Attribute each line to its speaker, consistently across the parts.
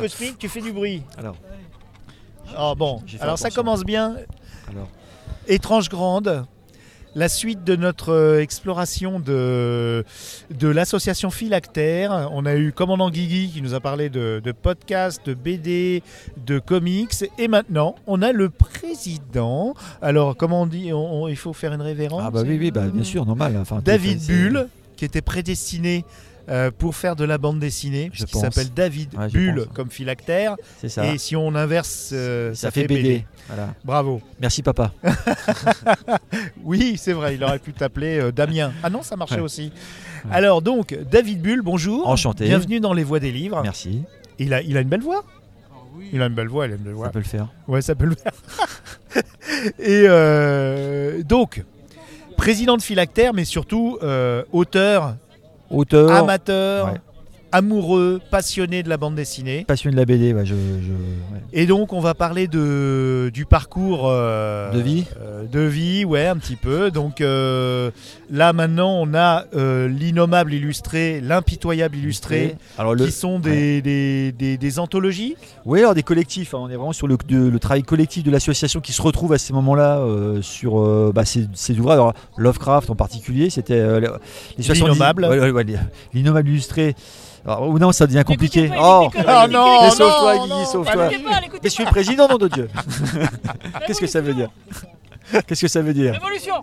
Speaker 1: technique, tu fais du bruit.
Speaker 2: Euh, Alors,
Speaker 1: Oh bon,
Speaker 2: J'ai fait
Speaker 1: alors ça
Speaker 2: attention.
Speaker 1: commence bien.
Speaker 2: alors,
Speaker 1: Étrange Grande, la suite de notre euh, exploration de, de l'association Philactère. On a eu Commandant Guigui qui nous a parlé de, de podcasts, de BD, de comics. Et maintenant, on a le président. Alors, comment on dit on- on- Il faut faire une révérence
Speaker 2: ah bah oui, oui, bah, bien sûr, normal. Enfin,
Speaker 1: David
Speaker 2: c'est-
Speaker 1: Bull, qui était prédestiné euh, pour faire de la bande dessinée,
Speaker 2: Je
Speaker 1: qui
Speaker 2: pense.
Speaker 1: s'appelle David
Speaker 2: Ouais, je
Speaker 1: Bull
Speaker 2: pense.
Speaker 1: comme Philactère.
Speaker 2: C'est ça.
Speaker 1: Et si on inverse, euh,
Speaker 2: ça, fait BD. Voilà.
Speaker 1: Bravo.
Speaker 2: Merci papa.
Speaker 1: Oui, c'est vrai, il aurait pu t'appeler euh, Damien. Ah non, ça marchait
Speaker 2: Ouais.
Speaker 1: aussi.
Speaker 2: Ouais.
Speaker 1: Alors donc, David Bull, bonjour.
Speaker 2: Enchanté.
Speaker 1: Bienvenue dans Les Voix des Livres.
Speaker 2: Merci.
Speaker 1: Il a, il a une belle voix. Il a une belle voix, il a une belle voix.
Speaker 2: Ça peut le faire.
Speaker 1: Ouais, ça peut le faire. Et euh, donc, président de Philactère, mais surtout euh, auteur,
Speaker 2: Auteur,
Speaker 1: amateur,
Speaker 2: ouais.
Speaker 1: amoureux, passionné de la bande dessinée.
Speaker 2: passionné de la BD. ouais, je, je- ouais.
Speaker 1: Et donc, on va parler de, du parcours euh,
Speaker 2: De vie
Speaker 1: euh, De vie, ouais, un petit peu. Donc euh, là, maintenant, on a euh, l'innommable illustré, l'impitoyable illustré,
Speaker 2: Alors le,
Speaker 1: qui sont des, des, des- des anthologies.
Speaker 2: Oui, alors des collectifs. hein. On est vraiment sur le, de- le travail collectif de l'association qui se retrouve à ces moments-là euh, sur euh, bah, ces, ces ouvrages. Alors, Lovecraft en particulier, c'était euh, les- les 70
Speaker 1: L'innommable.
Speaker 2: Ouais, ouais, ouais, les- L'innommable illustré. Alors, ou non, ça devient compliqué.
Speaker 3: N'écoutez pas,
Speaker 2: Oh,
Speaker 3: n'écoutez
Speaker 1: pas,
Speaker 2: mais
Speaker 1: n'écoutez pas.
Speaker 2: sauve-toi,
Speaker 1: Ah, Non,
Speaker 2: Guy,
Speaker 1: non,
Speaker 2: sauve-toi.
Speaker 3: L'écoutez pas, l'écoutez
Speaker 2: Monsieur le président, nom de Dieu. Qu'est-ce que ça veut dire Qu'est-ce que ça veut dire
Speaker 3: Révolution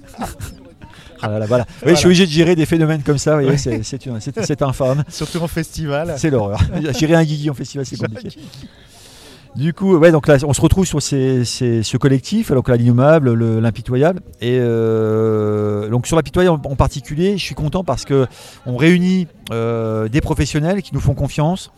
Speaker 2: Ah là là, voilà. Oui, je suis obligé de gérer des phénomènes comme ça. vous voyez, c'est- c'est une- c'est- c'est infâme.
Speaker 1: Surtout en festival.
Speaker 2: C'est l'horreur. Gérer un guigui en festival, c'est compliqué. Du coup, ouais, donc là, on se retrouve sur ces, ces- ce collectif, alors que là, l'innommable, le- l'impitoyable. Et euh, donc sur l'impitoyable en en particulier, je suis content parce que on réunit euh, des professionnels qui nous font confiance,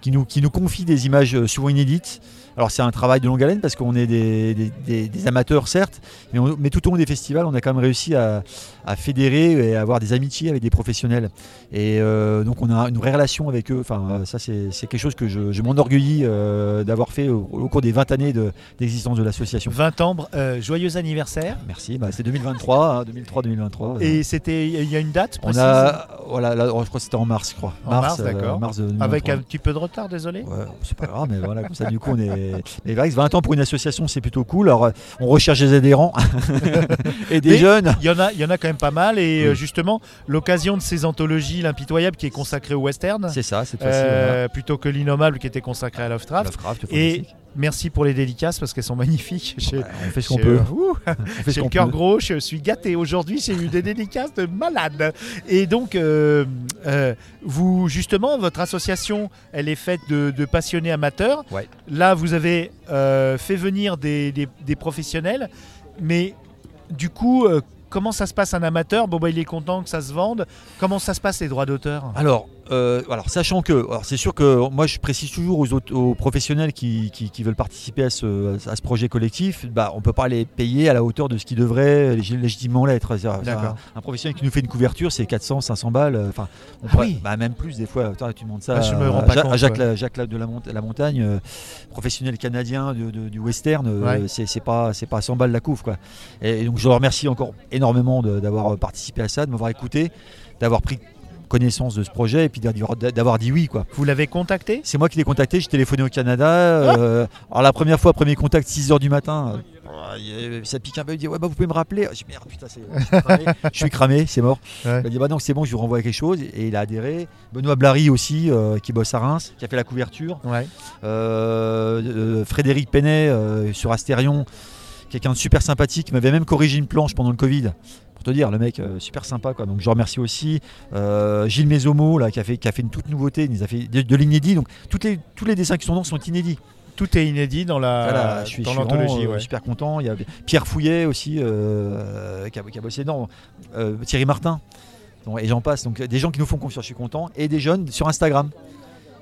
Speaker 2: qui nous, qui nous confient des images euh, souvent inédites. Alors c'est un travail de longue haleine parce qu'on est des, des- des- des amateurs certes, mais, on- mais tout au long des festivals, on a quand même réussi à, à fédérer et à avoir des amitiés avec des professionnels. Et euh, donc on a une vraie relation avec eux. Enfin euh, ça c'est c'est quelque chose que je, je m'enorgueillis euh, d'avoir fait au, au cours des 20 années de- d'existence de, l'association.
Speaker 1: 20 ans, br- euh, joyeux anniversaire.
Speaker 2: Merci. Bah, c'est 2023, 2003-2023.
Speaker 1: Et c'était il y a une
Speaker 2: Euh,
Speaker 1: date
Speaker 2: on
Speaker 1: précise
Speaker 2: a voilà, là, oh, je crois que c'était en mars, je crois.
Speaker 1: En mars,
Speaker 2: euh,
Speaker 1: d'accord.
Speaker 2: mars de 2023.
Speaker 1: Avec un petit peu de retard, désolé.
Speaker 2: Ouais, c'est pas grave, mais voilà, comme ça, du coup, on est. Mais Vax, 20 ans pour une association, c'est plutôt cool. Alors, euh, on recherche des adhérents et des
Speaker 1: Mais-
Speaker 2: jeunes.
Speaker 1: Il y, en a, il y en a quand même pas mal et
Speaker 2: Mm.
Speaker 1: euh, justement l'occasion de ces anthologies, l'impitoyable qui est consacrée au western,
Speaker 2: C'est ça, cette fois-ci.
Speaker 1: euh,
Speaker 2: voilà.
Speaker 1: plutôt que l'innommable qui était consacré à Lovecraft.
Speaker 2: Lovecraft, le
Speaker 1: et-
Speaker 2: fantastique.
Speaker 1: Merci pour les dédicaces parce qu'elles sont magnifiques. J'ai-
Speaker 2: Ouais, on fait ce qu'on
Speaker 1: j'ai-
Speaker 2: peut.
Speaker 1: ouh,
Speaker 2: On fait ce
Speaker 1: J'ai
Speaker 2: qu'on
Speaker 1: le cœur
Speaker 2: peut.
Speaker 1: gros, je suis gâté. Aujourd'hui, j'ai eu des dédicaces de malade. Et donc, euh, euh, vous, justement, votre association, elle est faite de, de passionnés amateurs.
Speaker 2: Ouais.
Speaker 1: Là, vous avez euh, fait venir des, des- des professionnels. Mais du coup, euh, comment ça se passe un amateur Bon, bah, il est content que ça se vende. Comment ça se passe les droits d'auteur
Speaker 2: Alors, euh, alors, sachant que, alors c'est sûr que moi je précise toujours aux, autres- aux professionnels qui, qui- qui veulent participer à ce, à ce projet collectif, bah, on ne peut pas les payer à la hauteur de ce qui devrait lég- légitimement l'être. C'est-à-dire,
Speaker 1: D'accord.
Speaker 2: Un, un professionnel qui nous fait une couverture, c'est 400, 500 balles. euh, Enfin, on
Speaker 1: Ah
Speaker 2: pourrait-
Speaker 1: oui.
Speaker 2: bah, même plus des fois. Attends, tu demandes ça
Speaker 1: Ah, je
Speaker 2: à-
Speaker 1: me rends
Speaker 2: à
Speaker 1: pas
Speaker 2: Ja-
Speaker 1: compte,
Speaker 2: à Jacques,
Speaker 1: ouais.
Speaker 2: la, Jacques La- de la, Mont- la Montagne, euh, professionnel canadien de- de- du western. euh,
Speaker 1: Ouais.
Speaker 2: c'est, c'est pas c'est pas 100 balles la couve quoi. Et, donc je leur remercie encore énormément de-
Speaker 1: Oh.
Speaker 2: d'avoir participé à ça, de m'avoir écouté, d'avoir pris connaissance de ce projet et puis d'avoir d'avoir dit oui quoi.
Speaker 1: Vous l'avez contacté
Speaker 2: C'est moi qui l'ai contacté, j'ai téléphoné au Canada. euh, alors la première fois, premier contact, 6h du matin. euh, ça pique un peu, il me dit ouais bah vous pouvez me rappeler. J'ai dit, merde putain c'est je suis cramé, je suis cramé, c'est mort.
Speaker 1: Ouais.
Speaker 2: Il a dit bah non c'est bon, je vous renvoie quelque chose et il a adhéré. Benoît Blary aussi euh, qui bosse à Reims, qui a fait la couverture.
Speaker 1: Ouais.
Speaker 2: Euh, euh, Frédéric Penet euh, sur Astérion, quelqu'un de super sympathique, qui m'avait même corrigé une planche pendant le Covid. Pour te dire, le mec euh, super sympa quoi. Donc je remercie aussi Euh, Gilles Mesomo là qui a fait qui a fait une toute nouveauté, il nous a fait de, de l'inédit. Donc toutes les tous les dessins qui sont dedans sont inédits.
Speaker 1: Tout est inédit dans la
Speaker 2: Voilà, je suis,
Speaker 1: Euh, dans
Speaker 2: je suis
Speaker 1: l'anthologie.
Speaker 2: vraiment, euh,
Speaker 1: ouais.
Speaker 2: super content. Il y a Pierre Fouillet aussi euh, qui, a, qui a bossé dedans, Euh, Thierry Martin. Donc, et j'en passe, donc des gens qui nous font confiance, je suis content, et des jeunes sur Instagram.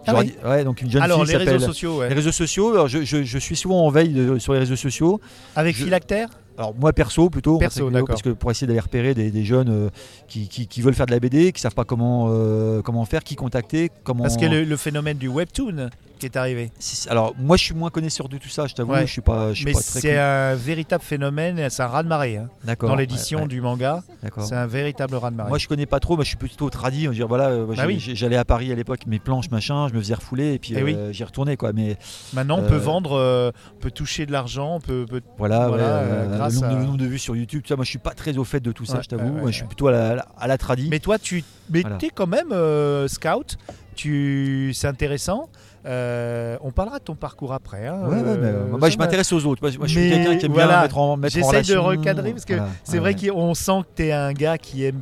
Speaker 1: Ah
Speaker 2: J'aurais
Speaker 1: oui.
Speaker 2: dit- ouais, donc une jeune
Speaker 1: Alors
Speaker 2: fille
Speaker 1: les réseaux
Speaker 2: s'appelle
Speaker 1: sociaux, ouais.
Speaker 2: les réseaux sociaux, alors je, je- je suis souvent en veille de- sur les réseaux sociaux.
Speaker 1: avec
Speaker 2: je-
Speaker 1: Philactère
Speaker 2: Alors moi perso plutôt, on va
Speaker 1: Perso,
Speaker 2: s'appeler
Speaker 1: d'accord.
Speaker 2: parce que pour essayer d'aller repérer des, des jeunes euh, qui, qui- qui veulent faire de la BD, qui savent pas comment euh, comment faire, qui contacter, comment.
Speaker 1: Parce que le, le phénomène du webtoon qui est arrivé.
Speaker 2: C'est- Alors moi je suis moins connaisseur de tout ça, je t'avoue,
Speaker 1: Ouais.
Speaker 2: je suis pas, je suis
Speaker 1: Mais
Speaker 2: pas très.
Speaker 1: c'est un véritable phénomène, et c'est un raz-de-marée. hein.
Speaker 2: D'accord.
Speaker 1: Dans
Speaker 2: ouais,
Speaker 1: l'édition
Speaker 2: ouais,
Speaker 1: du manga,
Speaker 2: D'accord.
Speaker 1: c'est un véritable raz-de-marée.
Speaker 2: Moi je connais pas trop, moi je suis plutôt tradi. on va dire, voilà, euh, moi,
Speaker 1: Bah
Speaker 2: j'ai-
Speaker 1: oui.
Speaker 2: j'ai- j'allais à Paris à l'époque, mes planches machin, je me faisais refouler et puis
Speaker 1: Eh oui.
Speaker 2: euh, j'y retournais quoi. Mais
Speaker 1: Maintenant, on peut
Speaker 2: Euh,
Speaker 1: vendre, euh, on peut toucher de l'argent, on peut, peut-
Speaker 2: voilà,
Speaker 1: Voilà,
Speaker 2: ouais,
Speaker 1: euh,
Speaker 2: euh,
Speaker 1: grâce
Speaker 2: le, nombre de,
Speaker 1: à-
Speaker 2: le nombre de vues sur YouTube, tu vois, moi je suis pas très au fait de tout ça,
Speaker 1: Ouais,
Speaker 2: je t'avoue.
Speaker 1: ouais, ouais,
Speaker 2: moi, je suis
Speaker 1: ouais.
Speaker 2: plutôt à la, à la- à la tradi.
Speaker 1: Mais toi, tu mais
Speaker 2: Voilà.
Speaker 1: t'es quand même euh, scout. Tu, c'est intéressant. Euh, on parlera de ton parcours après. hein.
Speaker 2: Ouais, ouais, mais,
Speaker 1: Euh,
Speaker 2: euh, moi, je
Speaker 1: ça,
Speaker 2: m'intéresse aux autres. Moi, je- moi, je suis
Speaker 1: Mais
Speaker 2: quelqu'un qui aime bien
Speaker 1: voilà,
Speaker 2: mettre en, mettre en
Speaker 1: j'essaye de
Speaker 2: relation.
Speaker 1: recadrer parce que
Speaker 2: Voilà,
Speaker 1: C'est
Speaker 2: ouais,
Speaker 1: vrai
Speaker 2: ouais.
Speaker 1: qu'on sent que tu es un gars qui aime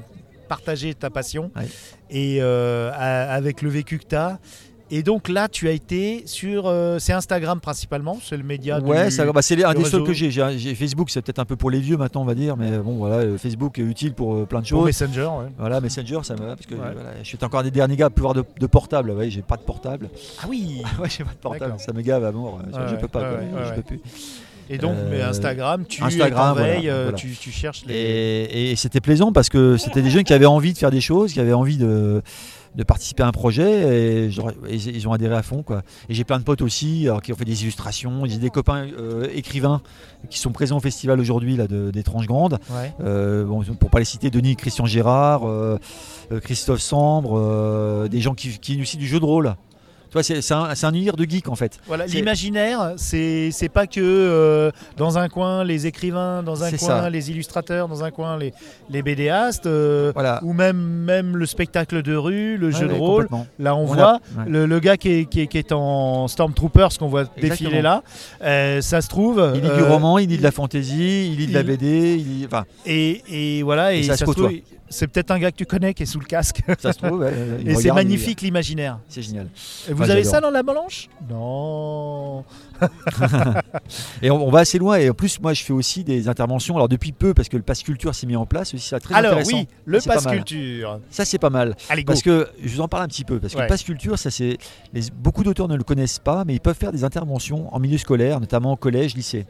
Speaker 1: partager ta passion
Speaker 2: Ouais.
Speaker 1: et euh, à- avec le vécu que tu as. Et donc là, tu as été sur. euh, c'est Instagram principalement, c'est le média. du-
Speaker 2: Ouais, ça, bah, c'est les- un des
Speaker 1: du
Speaker 2: seuls
Speaker 1: réseau.
Speaker 2: que j'ai. J'ai un- j'ai Facebook, c'est peut-être un peu pour les vieux maintenant, on va dire, mais bon, voilà, euh, Facebook est utile pour euh, plein de
Speaker 1: pour
Speaker 2: choses.
Speaker 1: Messenger. ouais.
Speaker 2: Voilà, Messenger, ça me va parce que
Speaker 1: Ouais.
Speaker 2: voilà, je suis encore un des derniers gars à pouvoir de, de portable. Ouais, j'ai pas de portable.
Speaker 1: Ah oui
Speaker 2: ouais, j'ai pas de portable.
Speaker 1: D'accord.
Speaker 2: Ça me gave à mort. euh,
Speaker 1: Ouais,
Speaker 2: je peux pas.
Speaker 1: ouais,
Speaker 2: quoi,
Speaker 1: ouais,
Speaker 2: je
Speaker 1: ouais.
Speaker 2: peux plus.
Speaker 1: Et donc,
Speaker 2: Euh,
Speaker 1: mais Instagram, tu
Speaker 2: Instagram,
Speaker 1: es en
Speaker 2: voilà,
Speaker 1: veille, euh,
Speaker 2: voilà.
Speaker 1: Tu, tu cherches les.
Speaker 2: Et, et c'était plaisant parce que c'était des jeunes qui avaient envie de faire des choses, qui avaient envie de, de participer à un projet et, j'aurais- et ils ils ont adhéré à fond. Quoi. Et j'ai plein de potes aussi alors, qui ont fait des illustrations. J'ai des copains euh, écrivains qui sont présents au festival aujourd'hui là, de- des Tranches Grandes.
Speaker 1: Ouais.
Speaker 2: Euh, bon, pour pas les citer, Denis Christian Gérard, euh, euh, Christophe Sambre, euh, des gens qui, qui aussi du jeu de rôle. Tu vois, c'est c'est un, c'est un univers de geek en fait.
Speaker 1: Voilà,
Speaker 2: c'est-
Speaker 1: l'imaginaire, c'est c'est pas que euh, dans un coin les écrivains, dans un
Speaker 2: C'est
Speaker 1: coin
Speaker 2: ça.
Speaker 1: les illustrateurs, dans un coin les, les BDastes, euh,
Speaker 2: Voilà.
Speaker 1: ou même, même le spectacle de rue, le jeu
Speaker 2: Ouais,
Speaker 1: de
Speaker 2: ouais,
Speaker 1: rôle.
Speaker 2: complètement.
Speaker 1: Là,
Speaker 2: On
Speaker 1: on, voit
Speaker 2: a- ouais.
Speaker 1: le, le gars qui est, qui est- qui est en Stormtrooper, ce qu'on voit défiler là. euh, ça se trouve.
Speaker 2: Il lit du
Speaker 1: euh,
Speaker 2: roman, il lit de la fantaisie, il lit de la
Speaker 1: il-
Speaker 2: BD, il lit. Enfin,
Speaker 1: Et, et voilà,
Speaker 2: Et
Speaker 1: et,
Speaker 2: ça se côtoie.
Speaker 1: trouve, c'est peut-être un gars que tu connais qui est sous le casque.
Speaker 2: Ça se trouve, ouais, euh, il
Speaker 1: et c'est
Speaker 2: regarde, il-
Speaker 1: magnifique l'imaginaire.
Speaker 2: C'est génial.
Speaker 1: Et Vous
Speaker 2: Enfin,
Speaker 1: avez
Speaker 2: j'adore.
Speaker 1: ça dans la Balanche Non.
Speaker 2: Et on, on va assez loin. Et en plus, moi, je fais aussi des interventions. Alors depuis peu, parce que le pass culture s'est mis en place aussi. Ça très
Speaker 1: Alors
Speaker 2: intéressant.
Speaker 1: oui, le
Speaker 2: C'est pas
Speaker 1: passe
Speaker 2: mal.
Speaker 1: culture.
Speaker 2: Ça, c'est pas mal.
Speaker 1: Allez, go.
Speaker 2: Parce que je vous en parle un petit peu. Parce que
Speaker 1: Ouais.
Speaker 2: le pass culture, ça, c'est les- beaucoup d'auteurs ne le connaissent pas, mais ils peuvent faire des interventions en milieu scolaire, notamment au collège, lycée,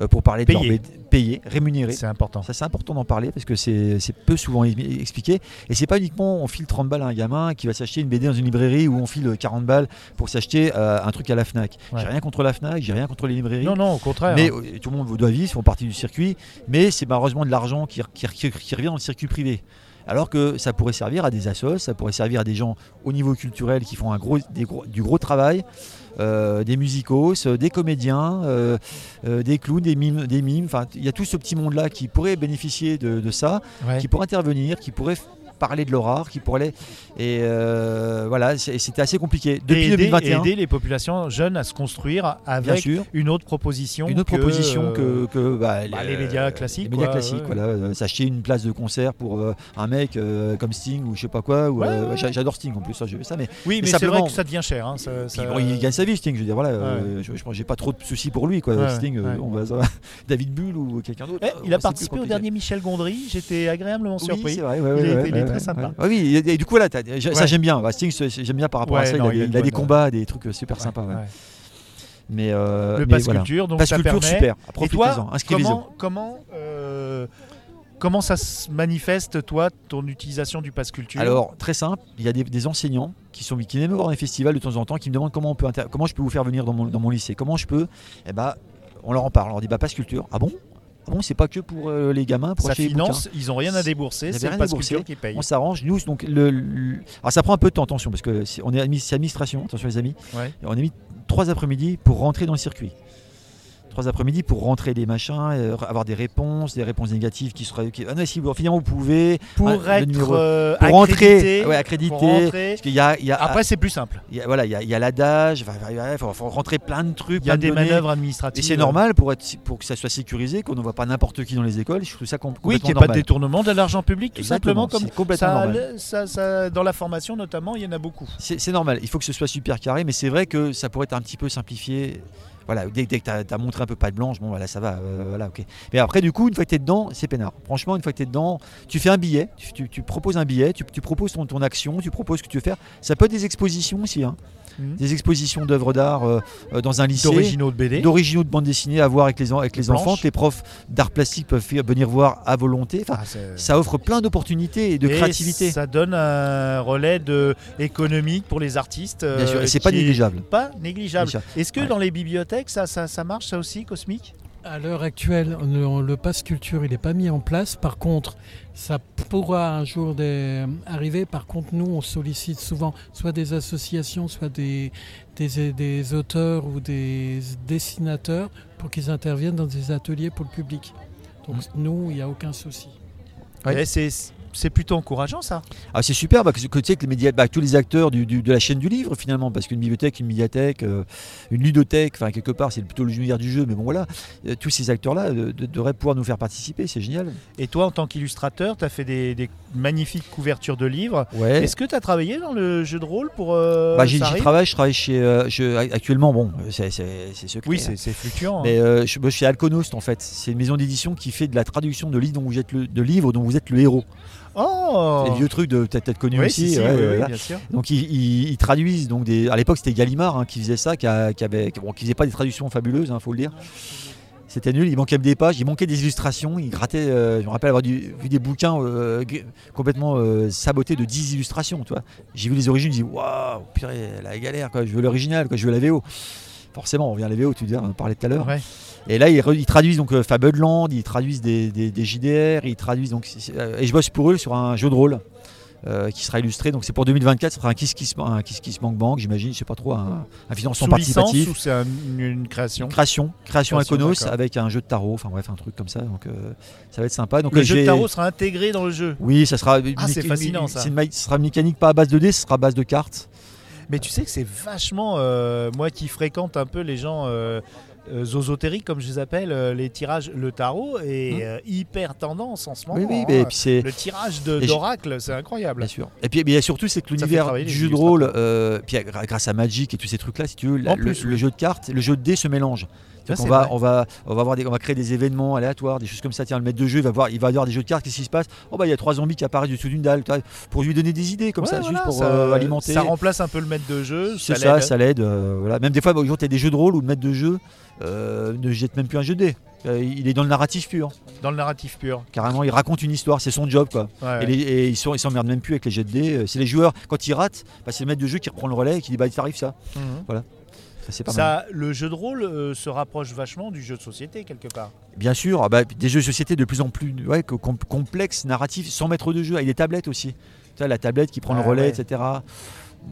Speaker 2: euh, pour parler de
Speaker 1: Payé.
Speaker 2: leur BD payé, rémunéré.
Speaker 1: C'est important.
Speaker 2: Ça, c'est important d'en parler parce que c'est c'est peu souvent e- expliqué. Et c'est pas uniquement on file 30 balles à un gamin qui va s'acheter une BD dans une librairie ou on file 40 balles pour s'acheter euh, un truc à la Fnac.
Speaker 1: Ouais.
Speaker 2: J'ai rien contre la Fnac, j'ai rien contre les librairies.
Speaker 1: Non, non, au contraire.
Speaker 2: Mais euh, tout le monde doit vivre, ils font partie du circuit, mais c'est malheureusement de l'argent qui, qui- qui- qui revient dans le circuit privé. Alors que ça pourrait servir à des assos, ça pourrait servir à des gens au niveau culturel qui font un gros, des gros- du gros travail, euh, des musicos, euh, des comédiens, euh, euh, des clowns, des mimes, des mimes. Enfin, il y a tout ce petit monde-là qui pourrait bénéficier de, de ça,
Speaker 1: Ouais.
Speaker 2: qui pourrait intervenir, qui pourrait f- parler de leur art, qui pourrait aller. Et euh, voilà, c'est- c'était assez compliqué. Depuis
Speaker 1: Et aider,
Speaker 2: 2021,
Speaker 1: aider les populations jeunes à se construire
Speaker 2: bien
Speaker 1: avec
Speaker 2: sûr.
Speaker 1: une autre proposition.
Speaker 2: Une autre
Speaker 1: que,
Speaker 2: proposition
Speaker 1: euh,
Speaker 2: que, que, bah,
Speaker 1: bah,
Speaker 2: euh,
Speaker 1: les médias classiques,
Speaker 2: les médias
Speaker 1: quoi,
Speaker 2: classiques,
Speaker 1: ouais.
Speaker 2: voilà, euh, s'acheter une place de concert pour euh, un mec euh, comme Sting ou je sais pas quoi. ou,
Speaker 1: Ouais,
Speaker 2: euh,
Speaker 1: ouais.
Speaker 2: j'a- J'adore Sting en plus, ça, je ça. Mais
Speaker 1: Oui, mais c'est vrai
Speaker 2: simplement-
Speaker 1: que ça devient cher. hein, ça- ça-
Speaker 2: puis, bon, il gagne sa vie, Sting. Je veux dire, voilà, euh, je, je pense que j'ai pas trop de soucis pour lui, quoi.
Speaker 1: Ouais,
Speaker 2: Sting, euh,
Speaker 1: ouais.
Speaker 2: on va, ça va. David Bull ou quelqu'un d'autre.
Speaker 1: Eh,
Speaker 2: euh,
Speaker 1: il
Speaker 2: c'est
Speaker 1: a
Speaker 2: plus
Speaker 1: participé au
Speaker 2: compliqué.
Speaker 1: dernier Michel Gondry. J'étais agréablement
Speaker 2: Oui,
Speaker 1: surpris.
Speaker 2: c'est vrai, ouais,
Speaker 1: Il
Speaker 2: ouais,
Speaker 1: a
Speaker 2: ouais,
Speaker 1: été- il est
Speaker 2: ouais,
Speaker 1: très
Speaker 2: ouais,
Speaker 1: sympa.
Speaker 2: ouais. Ouais, oui, et, et du coup, là, t'as- j'a- ça
Speaker 1: Ouais.
Speaker 2: j'aime bien. Bah, Sting, c'est- j'aime bien par rapport à
Speaker 1: Ouais,
Speaker 2: ça.
Speaker 1: non,
Speaker 2: il a, des-
Speaker 1: il a une
Speaker 2: il a des
Speaker 1: bonne-
Speaker 2: combats, des trucs euh, super
Speaker 1: Ouais,
Speaker 2: sympas. ouais.
Speaker 1: ouais.
Speaker 2: Mais euh,
Speaker 1: Le
Speaker 2: mais
Speaker 1: pass
Speaker 2: voilà.
Speaker 1: culture, donc
Speaker 2: Pass
Speaker 1: ça
Speaker 2: culture,
Speaker 1: permet.
Speaker 2: super.
Speaker 1: Et toi,
Speaker 2: Profitez-en, inscrivez-en.
Speaker 1: comment, comment, euh, comment ça se manifeste, toi, ton utilisation du pass culture
Speaker 2: Alors, très simple, il y a des, des enseignants qui sont qui viennent me voir dans les festivals de temps en temps, qui me demandent comment, on peut inter- comment je peux vous faire venir dans mon, dans mon lycée, comment je peux. Eh ben, on leur en parle, on leur dit bah, passe culture. Ah bon Ah bon, c'est pas que pour euh, les gamins, pour
Speaker 1: ça
Speaker 2: acheter des
Speaker 1: finance, ils n'ont rien à
Speaker 2: Ils
Speaker 1: débourser,
Speaker 2: avaient
Speaker 1: c'est
Speaker 2: rien
Speaker 1: le
Speaker 2: à
Speaker 1: pass
Speaker 2: débourser.
Speaker 1: culture qui paye.
Speaker 2: on s'arrange. Nous, donc, le, le- Alors, ça prend un peu de temps, attention, parce que c'est- on est admis- c'est administration, attention les amis.
Speaker 1: Ouais.
Speaker 2: Et on a mis trois après-midi pour rentrer dans le circuit. Trois après-midi pour rentrer des machins, euh, avoir des réponses, des réponses négatives qui seraient. qui- Ah non, si, bon, finalement, vous pouvez.
Speaker 1: Pour
Speaker 2: Ah, le
Speaker 1: être
Speaker 2: numéro-
Speaker 1: euh,
Speaker 2: Pour
Speaker 1: accrédité,
Speaker 2: rentrer. Ouais, accrédité.
Speaker 1: pour rentrer.
Speaker 2: Parce qu'il y a- il y a-
Speaker 1: Après, c'est plus simple.
Speaker 2: Il y a, voilà, il y a, il y a l'adage, il faut, faut rentrer plein de trucs,
Speaker 1: Il y a
Speaker 2: plein de
Speaker 1: des
Speaker 2: données.
Speaker 1: manœuvres euh,
Speaker 2: Et
Speaker 1: administratives.
Speaker 2: c'est normal pour, être, pour que ça soit sécurisé, qu'on ne voit pas n'importe qui dans les écoles. Je trouve ça com-
Speaker 1: Oui,
Speaker 2: complètement
Speaker 1: qu'il n'y ait pas de
Speaker 2: normal.
Speaker 1: détournement de l'argent public, tout
Speaker 2: Exactement,
Speaker 1: simplement. Comme
Speaker 2: c'est complètement
Speaker 1: ça,
Speaker 2: normal.
Speaker 1: le- ça- ça- dans la formation, notamment, il y en a beaucoup.
Speaker 2: C'est c'est normal, il faut que ce soit super carré, mais c'est vrai que ça pourrait être un petit peu simplifié. Voilà, dès, dès que tu as, montré un peu pas de blanche, bon voilà, ça va, euh, voilà, ok. Mais après, du coup, une fois que tu es dedans, c'est peinard. Franchement, une fois que tu es dedans, tu fais un billet, tu, tu- tu proposes un billet, tu, tu proposes ton, ton action, tu proposes ce que tu veux faire. Ça peut être des expositions aussi, hein.
Speaker 1: Mhm.
Speaker 2: des expositions d'œuvres d'art euh, euh, dans un lycée,
Speaker 1: D'originaux de BD.
Speaker 2: d'originaux de bande dessinée à voir avec les, en- avec les
Speaker 1: Planches.
Speaker 2: enfants. que Les profs d'art plastique peuvent faire- venir voir à volonté. Enfin,
Speaker 1: Ah, c'est-
Speaker 2: ça offre plein d'opportunités et de
Speaker 1: Et
Speaker 2: créativité.
Speaker 1: Ça donne un relais de- économique pour les artistes.
Speaker 2: Bien sûr,
Speaker 1: euh,
Speaker 2: et c'est pas
Speaker 1: qui est
Speaker 2: négligeable.
Speaker 1: Pas négligeable.
Speaker 2: Déjà.
Speaker 1: Est-ce que
Speaker 2: Ouais.
Speaker 1: dans les bibliothèques, ça, ça, ça marche, ça aussi, Cosmique
Speaker 3: À l'heure actuelle, le, le pass culture, il n'est pas mis en place. Par contre, ça pourra un jour des- arriver. Par contre, nous, on sollicite souvent soit des associations, soit des, des, des auteurs ou des dessinateurs pour qu'ils interviennent dans des ateliers pour le public. Donc,
Speaker 2: Mm.
Speaker 3: nous, il n'y a aucun souci.
Speaker 2: Ouais.
Speaker 1: Eh, C'est c'est plutôt encourageant, ça.
Speaker 2: Ah, c'est super, bah, que, que tu sais que les médias, bah, tous les acteurs du- du- de la chaîne du livre finalement, parce qu'une bibliothèque, une médiathèque, euh, une ludothèque, enfin quelque part, c'est plutôt l'univers du jeu, mais bon voilà, euh, tous ces acteurs-là euh, de- devraient pouvoir nous faire participer, c'est génial.
Speaker 1: Et toi, en tant qu'illustrateur, tu as fait des, des magnifiques couvertures de livres.
Speaker 2: Ouais.
Speaker 1: Est-ce que tu as travaillé dans le jeu de rôle pour. euh,
Speaker 2: Bah, j'y
Speaker 1: ça
Speaker 2: j'y
Speaker 1: arrive
Speaker 2: travaille, je travaille chez, euh, je- actuellement, bon, c'est c'est- c'est secret.
Speaker 1: Oui,
Speaker 2: hein.
Speaker 1: c'est c'est fluctuant. hein.
Speaker 2: Mais euh, je, moi, je suis Alconost en fait, c'est une maison d'édition qui fait de la traduction de livres dont vous êtes le, de livres dont vous êtes le héros.
Speaker 1: Oh
Speaker 2: C'est Les vieux trucs de peut-être peut-être connus
Speaker 1: Oui,
Speaker 2: aussi.
Speaker 1: si, si,
Speaker 2: ouais,
Speaker 1: oui, oui,
Speaker 2: voilà.
Speaker 1: bien sûr.
Speaker 2: Donc ils, ils- ils traduisent donc des. À l'époque c'était Gallimard hein, qui faisait ça, qui, a- qui avait, qui- bon, qui faisait pas des traductions fabuleuses, il faut le dire. C'était nul, il manquait des pages, il manquait des illustrations, il grattait. euh, je me rappelle avoir du- vu des bouquins euh, g- complètement euh, sabotés de 10 illustrations. tu vois. J'ai vu les origines, j'ai dit waouh, purée, la galère, quoi, je veux l'original, quoi, je veux la VO. Forcément, on revient à la VO, tu dis, on en parlait tout à l'heure.
Speaker 1: Ouais.
Speaker 2: Et là, ils, re- ils traduisent donc euh, Fabudland, ils traduisent des, des- des JDR, ils traduisent donc. c'est- c'est- euh, Et je bosse pour eux sur un jeu de rôle euh, qui sera illustré. Donc c'est pour 2024, ce sera un Kiss Kiss, un kiss, kiss Bank Bank, j'imagine, je sais pas trop, un, un financement
Speaker 1: Sous
Speaker 2: participatif.
Speaker 1: licence ou c'est un- une création
Speaker 2: Création, création
Speaker 1: Création,
Speaker 2: Iconos
Speaker 1: d'accord.
Speaker 2: avec un jeu de tarot, enfin bref, un truc comme ça. Donc euh, ça va être sympa. Donc
Speaker 1: Le
Speaker 2: euh,
Speaker 1: jeu de
Speaker 2: j'ai-
Speaker 1: tarot sera intégré dans le jeu.
Speaker 2: Oui, ça sera.
Speaker 1: Ah, c'est fascinant, ça.
Speaker 2: c'est une ma- ce sera une mécanique pas à base de dés, ce sera à base de cartes.
Speaker 1: Mais tu sais que c'est vachement, euh, moi qui fréquente un peu les gens euh, euh, zozotériques, comme je les appelle, euh, les tirages, le tarot est
Speaker 2: Hmm.
Speaker 1: euh, hyper tendance en ce moment.
Speaker 2: Oui, oui,
Speaker 1: hein.
Speaker 2: mais et puis c'est.
Speaker 1: Le tirage de-
Speaker 2: Et je-
Speaker 1: d'oracle, c'est incroyable.
Speaker 2: Bien sûr. Et puis, mais surtout, c'est que
Speaker 1: fait
Speaker 2: l'univers
Speaker 1: travailler
Speaker 2: du
Speaker 1: les
Speaker 2: jeu de
Speaker 1: illustrateurs.
Speaker 2: rôle, euh, puis gra- grâce à Magic et tous ces trucs-là, si tu veux, la-
Speaker 1: En
Speaker 2: le,
Speaker 1: plus, oui.
Speaker 2: le jeu de cartes, le jeu de dés se mélange.
Speaker 1: Ça,
Speaker 2: Donc on
Speaker 1: c'est
Speaker 2: va,
Speaker 1: vrai.
Speaker 2: on va, on va avoir des, on va créer des événements aléatoires, des choses comme ça. Tiens, le maître de jeu, il va voir, il va y avoir des jeux de cartes. Qu'est-ce qui se passe Oh bah, il y a trois zombies qui apparaissent du dessous d'une dalle. tu vois, Pour lui donner des idées comme
Speaker 1: Ouais,
Speaker 2: ça,
Speaker 1: voilà,
Speaker 2: juste pour euh, alimenter.
Speaker 1: Ça remplace un peu le maître de jeu.
Speaker 2: C'est
Speaker 1: Ça
Speaker 2: ça,
Speaker 1: l'aide.
Speaker 2: ça l'aide. euh, voilà. Même des fois, bah, aujourd'hui, tu as des jeux de rôle où le maître de jeu euh, ne jette même plus un jeu de dés. Euh, il est dans le narratif pur.
Speaker 1: dans le narratif pur.
Speaker 2: Carrément, il raconte une histoire. C'est son job, quoi.
Speaker 1: Ouais, ouais.
Speaker 2: Et, les- et ils sont- ils s'emmerdent même plus avec les jets de dés. Euh, C'est les joueurs, quand ils ratent, bah, c'est le maître de jeu qui reprend le relais et qui dit bah il t'arrive ça.
Speaker 1: Mhm.
Speaker 2: Ça, c'est pas mal.
Speaker 1: Ça, le jeu de rôle euh, se rapproche vachement du jeu de société quelque part.
Speaker 2: Bien sûr, ah bah, des jeux de société de plus en plus ouais, co- com- complexes, narratifs, sans maître de jeu, avec des tablettes aussi. Tu vois, la tablette qui prend
Speaker 1: Ah
Speaker 2: le relais,
Speaker 1: ouais.
Speaker 2: etc.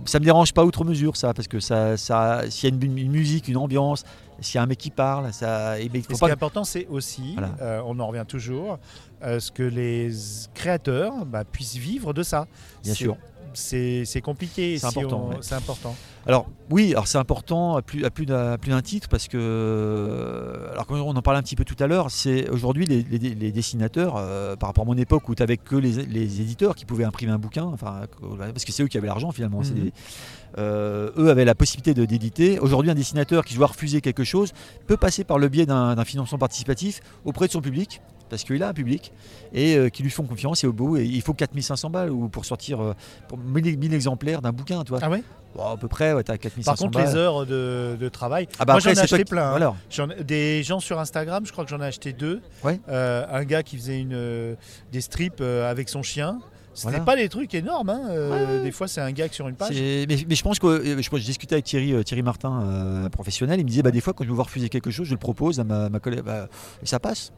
Speaker 2: Ça me dérange pas outre mesure, ça, parce que ça, ça, s'il y a une, une musique, une ambiance, s'il y a un mec qui parle, ça. et ben, il faut
Speaker 1: Et ce
Speaker 2: pas
Speaker 1: qui est important, c'est aussi,
Speaker 2: Voilà.
Speaker 1: euh, on en revient toujours, euh, ce que les créateurs bah, puissent vivre de ça.
Speaker 2: Bien
Speaker 1: C'est-
Speaker 2: sûr.
Speaker 1: C'est c'est compliqué.
Speaker 2: C'est
Speaker 1: si
Speaker 2: important,
Speaker 1: on-
Speaker 2: ouais.
Speaker 1: C'est important.
Speaker 2: Alors oui, alors c'est important à plus, à plus d'un à plus d'un titre parce que euh, alors qu'on- on en parlait un petit peu tout à l'heure, c'est aujourd'hui les, les- les dessinateurs euh, par rapport à mon époque où tu avais que les, les éditeurs qui pouvaient imprimer un bouquin, enfin que- parce que c'est eux qui avaient l'argent finalement. c'est
Speaker 1: Mhm.
Speaker 2: des- euh, eux avaient la possibilité de d'éditer. Aujourd'hui, un dessinateur qui doit refuser quelque chose peut passer par le biais d'un d'un financement participatif auprès de son public. Parce qu'il a un public et euh, qui lui font confiance et au bout et il faut 4500 balles ou pour sortir euh, pour 1000, 1000 exemplaires d'un bouquin, tu vois.
Speaker 1: Ah ouais
Speaker 2: Bon, à peu près, ouais, t'as 4500
Speaker 1: Par contre, les heures de, de travail.
Speaker 2: Ah bah
Speaker 1: Moi,
Speaker 2: après,
Speaker 1: j'en ai
Speaker 2: c'est toi
Speaker 1: acheté
Speaker 2: qui-
Speaker 1: plein. hein.
Speaker 2: Voilà.
Speaker 1: J'en ai- Des gens sur Instagram, je crois que j'en ai acheté deux.
Speaker 2: Ouais.
Speaker 1: Euh, un gars qui faisait une, euh, des strips euh, avec son chien. C'était
Speaker 2: Voilà.
Speaker 1: pas des trucs énormes. hein. Euh, Des fois, c'est un gars sur une
Speaker 2: C'est-
Speaker 1: page.
Speaker 2: Mais, mais je pense que euh, je, je discutais avec Thierry, euh, Thierry Martin, euh, professionnel, il me disait bah, des fois quand je veux voir refuser quelque chose, je le propose à ma, ma collègue bah, et ça passe.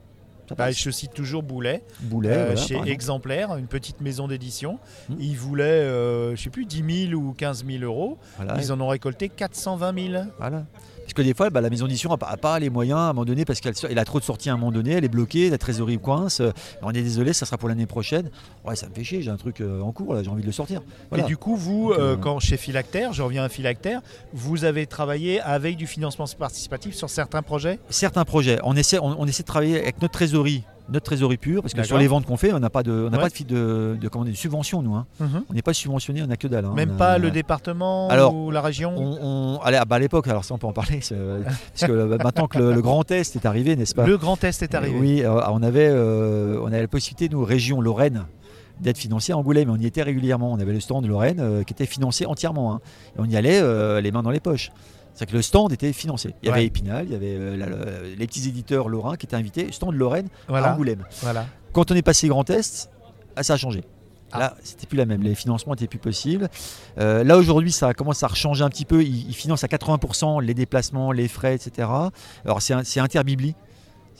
Speaker 2: Ça
Speaker 1: Bah,
Speaker 2: passe.
Speaker 1: je cite toujours Boulet.
Speaker 2: Boulet,
Speaker 1: Euh,
Speaker 2: voilà,
Speaker 1: chez
Speaker 2: par exemple.
Speaker 1: Exemplaire, une petite maison d'édition.
Speaker 2: Hmm.
Speaker 1: Ils voulaient, euh, je sais plus, 10 000 ou 15 000 euros.
Speaker 2: Voilà,
Speaker 1: Ils en ont récolté 420 000.
Speaker 2: voilà. Parce que des fois, bah, la maison d'édition n'a pas, a pas les moyens à un moment donné parce qu'elle elle a trop de sorties à un moment donné, elle est bloquée, la trésorerie coince. euh, on est désolé, ça sera pour l'année prochaine. Ouais, ça me fait chier, j'ai un truc euh, en cours, là, j'ai envie de le sortir. Voilà.
Speaker 1: Et du coup, vous,
Speaker 2: Donc, euh,
Speaker 1: euh, quand chez Philactère, je reviens à Philactère, vous avez travaillé avec du financement participatif sur certains projets
Speaker 2: certains projets. On essaie, on, on essaie de travailler avec notre trésorerie, notre trésorerie pure, parce que
Speaker 1: D'accord.
Speaker 2: sur les ventes qu'on fait, on n'a pas de, on n'a
Speaker 1: Ouais.
Speaker 2: pas de, fi- de, de, comment dire, de subvention nous. hein. On n'est pas subventionné, on n'a que dalle. hein.
Speaker 1: Même
Speaker 2: On a-
Speaker 1: pas le département
Speaker 2: Alors,
Speaker 1: ou la région
Speaker 2: on, on- à la- bah, à l'époque, alors ça on peut en parler, c'est- parce que euh, maintenant que le, le Grand Est est arrivé, n'est-ce pas
Speaker 1: Le Grand Est est arrivé.
Speaker 2: Oui, euh, on avait, euh, on avait la possibilité, nous, région Lorraine, d'aide financière à Angoulême. On y était régulièrement. On avait le stand de Lorraine euh, qui était financé entièrement. hein. Et on y allait euh, les mains dans les poches. C'est-à-dire que le stand était financé. Il y
Speaker 1: Ouais.
Speaker 2: avait Épinal, il y avait euh, la- la- les petits éditeurs lorrains qui étaient invités, stand Lorraine à
Speaker 1: Voilà.
Speaker 2: Angoulême.
Speaker 1: voilà.
Speaker 2: Quand on est passé Grand Est, ah, ça a changé.
Speaker 1: Ah.
Speaker 2: Là, c'était plus la même. Les financements n'étaient plus possibles. Euh, là, aujourd'hui, ça commence à rechanger un petit peu. Ils, ils financent à 80% les déplacements, les frais, etc. Alors, c'est un- c'est Interbibli.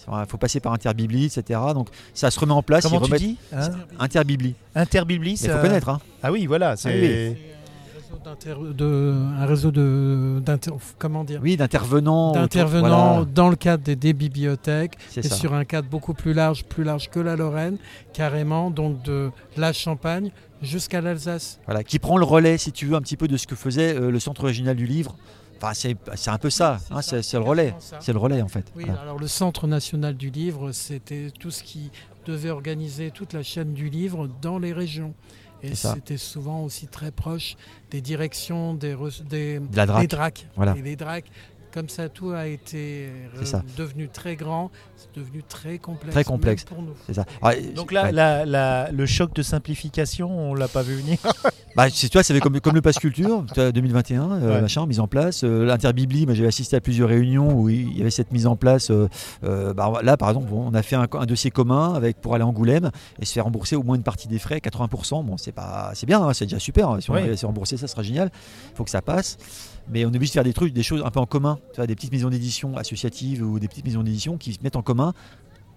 Speaker 2: Il faut passer par Interbibli, etc. Donc, ça se remet en place.
Speaker 1: Comment
Speaker 2: ils
Speaker 1: tu
Speaker 2: remettent-
Speaker 1: dis hein
Speaker 2: Interbibli.
Speaker 1: Interbiblis.
Speaker 2: Il faut
Speaker 1: euh,
Speaker 2: connaître. hein.
Speaker 1: Ah oui, voilà. C'est
Speaker 3: réseau d'inter- de- un réseau de, d'inter- comment dire,
Speaker 2: Oui, d'intervenants. autour-
Speaker 3: d'intervenants
Speaker 2: voilà,
Speaker 3: dans le cadre des, des bibliothèques
Speaker 2: c'est
Speaker 3: et
Speaker 2: ça.
Speaker 3: sur un cadre beaucoup plus large, plus large que la Lorraine, carrément, donc de la Champagne jusqu'à l'Alsace.
Speaker 2: Voilà, qui prend le relais, si tu veux, un petit peu de ce que faisait euh, le Centre régional du livre. Enfin, c'est c'est un peu ça.
Speaker 3: C'est
Speaker 2: hein,
Speaker 3: ça,
Speaker 2: C'est c'est le
Speaker 3: exactement
Speaker 2: relais.
Speaker 3: ça.
Speaker 2: C'est Ah. le relais, en fait.
Speaker 3: Oui,
Speaker 2: Voilà.
Speaker 3: alors le Centre national du livre, c'était tout ce qui devait organiser toute la chaîne du livre dans les régions. Et
Speaker 2: C'est ça.
Speaker 3: c'était souvent aussi très proche des directions des, re- des,
Speaker 2: De la
Speaker 3: des
Speaker 2: drague.
Speaker 3: dracs.
Speaker 2: Voilà.
Speaker 3: Et les dracs, comme ça, tout a été
Speaker 2: C'est
Speaker 3: euh,
Speaker 2: ça.
Speaker 3: devenu très grand, c'est devenu très complexe.
Speaker 2: Très complexe.
Speaker 3: même pour nous.
Speaker 2: C'est ça. Ah, et-
Speaker 1: donc là,
Speaker 2: ouais.
Speaker 1: la- la- le choc de simplification, on l'a pas vu venir.
Speaker 2: Bah, c'est toi, ça fait comme, comme le pass culture tu vois, 2021, euh,
Speaker 1: Ouais.
Speaker 2: machin, mise en place. Euh, L'Interbibli, moi, j'avais assisté à plusieurs réunions où il y avait cette mise en place. euh, euh, bah, là, par exemple, on a fait un, un dossier commun avec pour aller à Angoulême et se faire rembourser au moins une partie des frais, 80%. Bon, c'est pas, c'est bien, hein, c'est déjà super. hein. si on
Speaker 1: Oui.
Speaker 2: arrive à se rembourser, ça sera génial. Il faut que ça passe. Mais on est obligé de faire des trucs, des choses un peu en commun. Tu vois, des petites maisons d'édition associatives ou des petites maisons d'édition qui se mettent en commun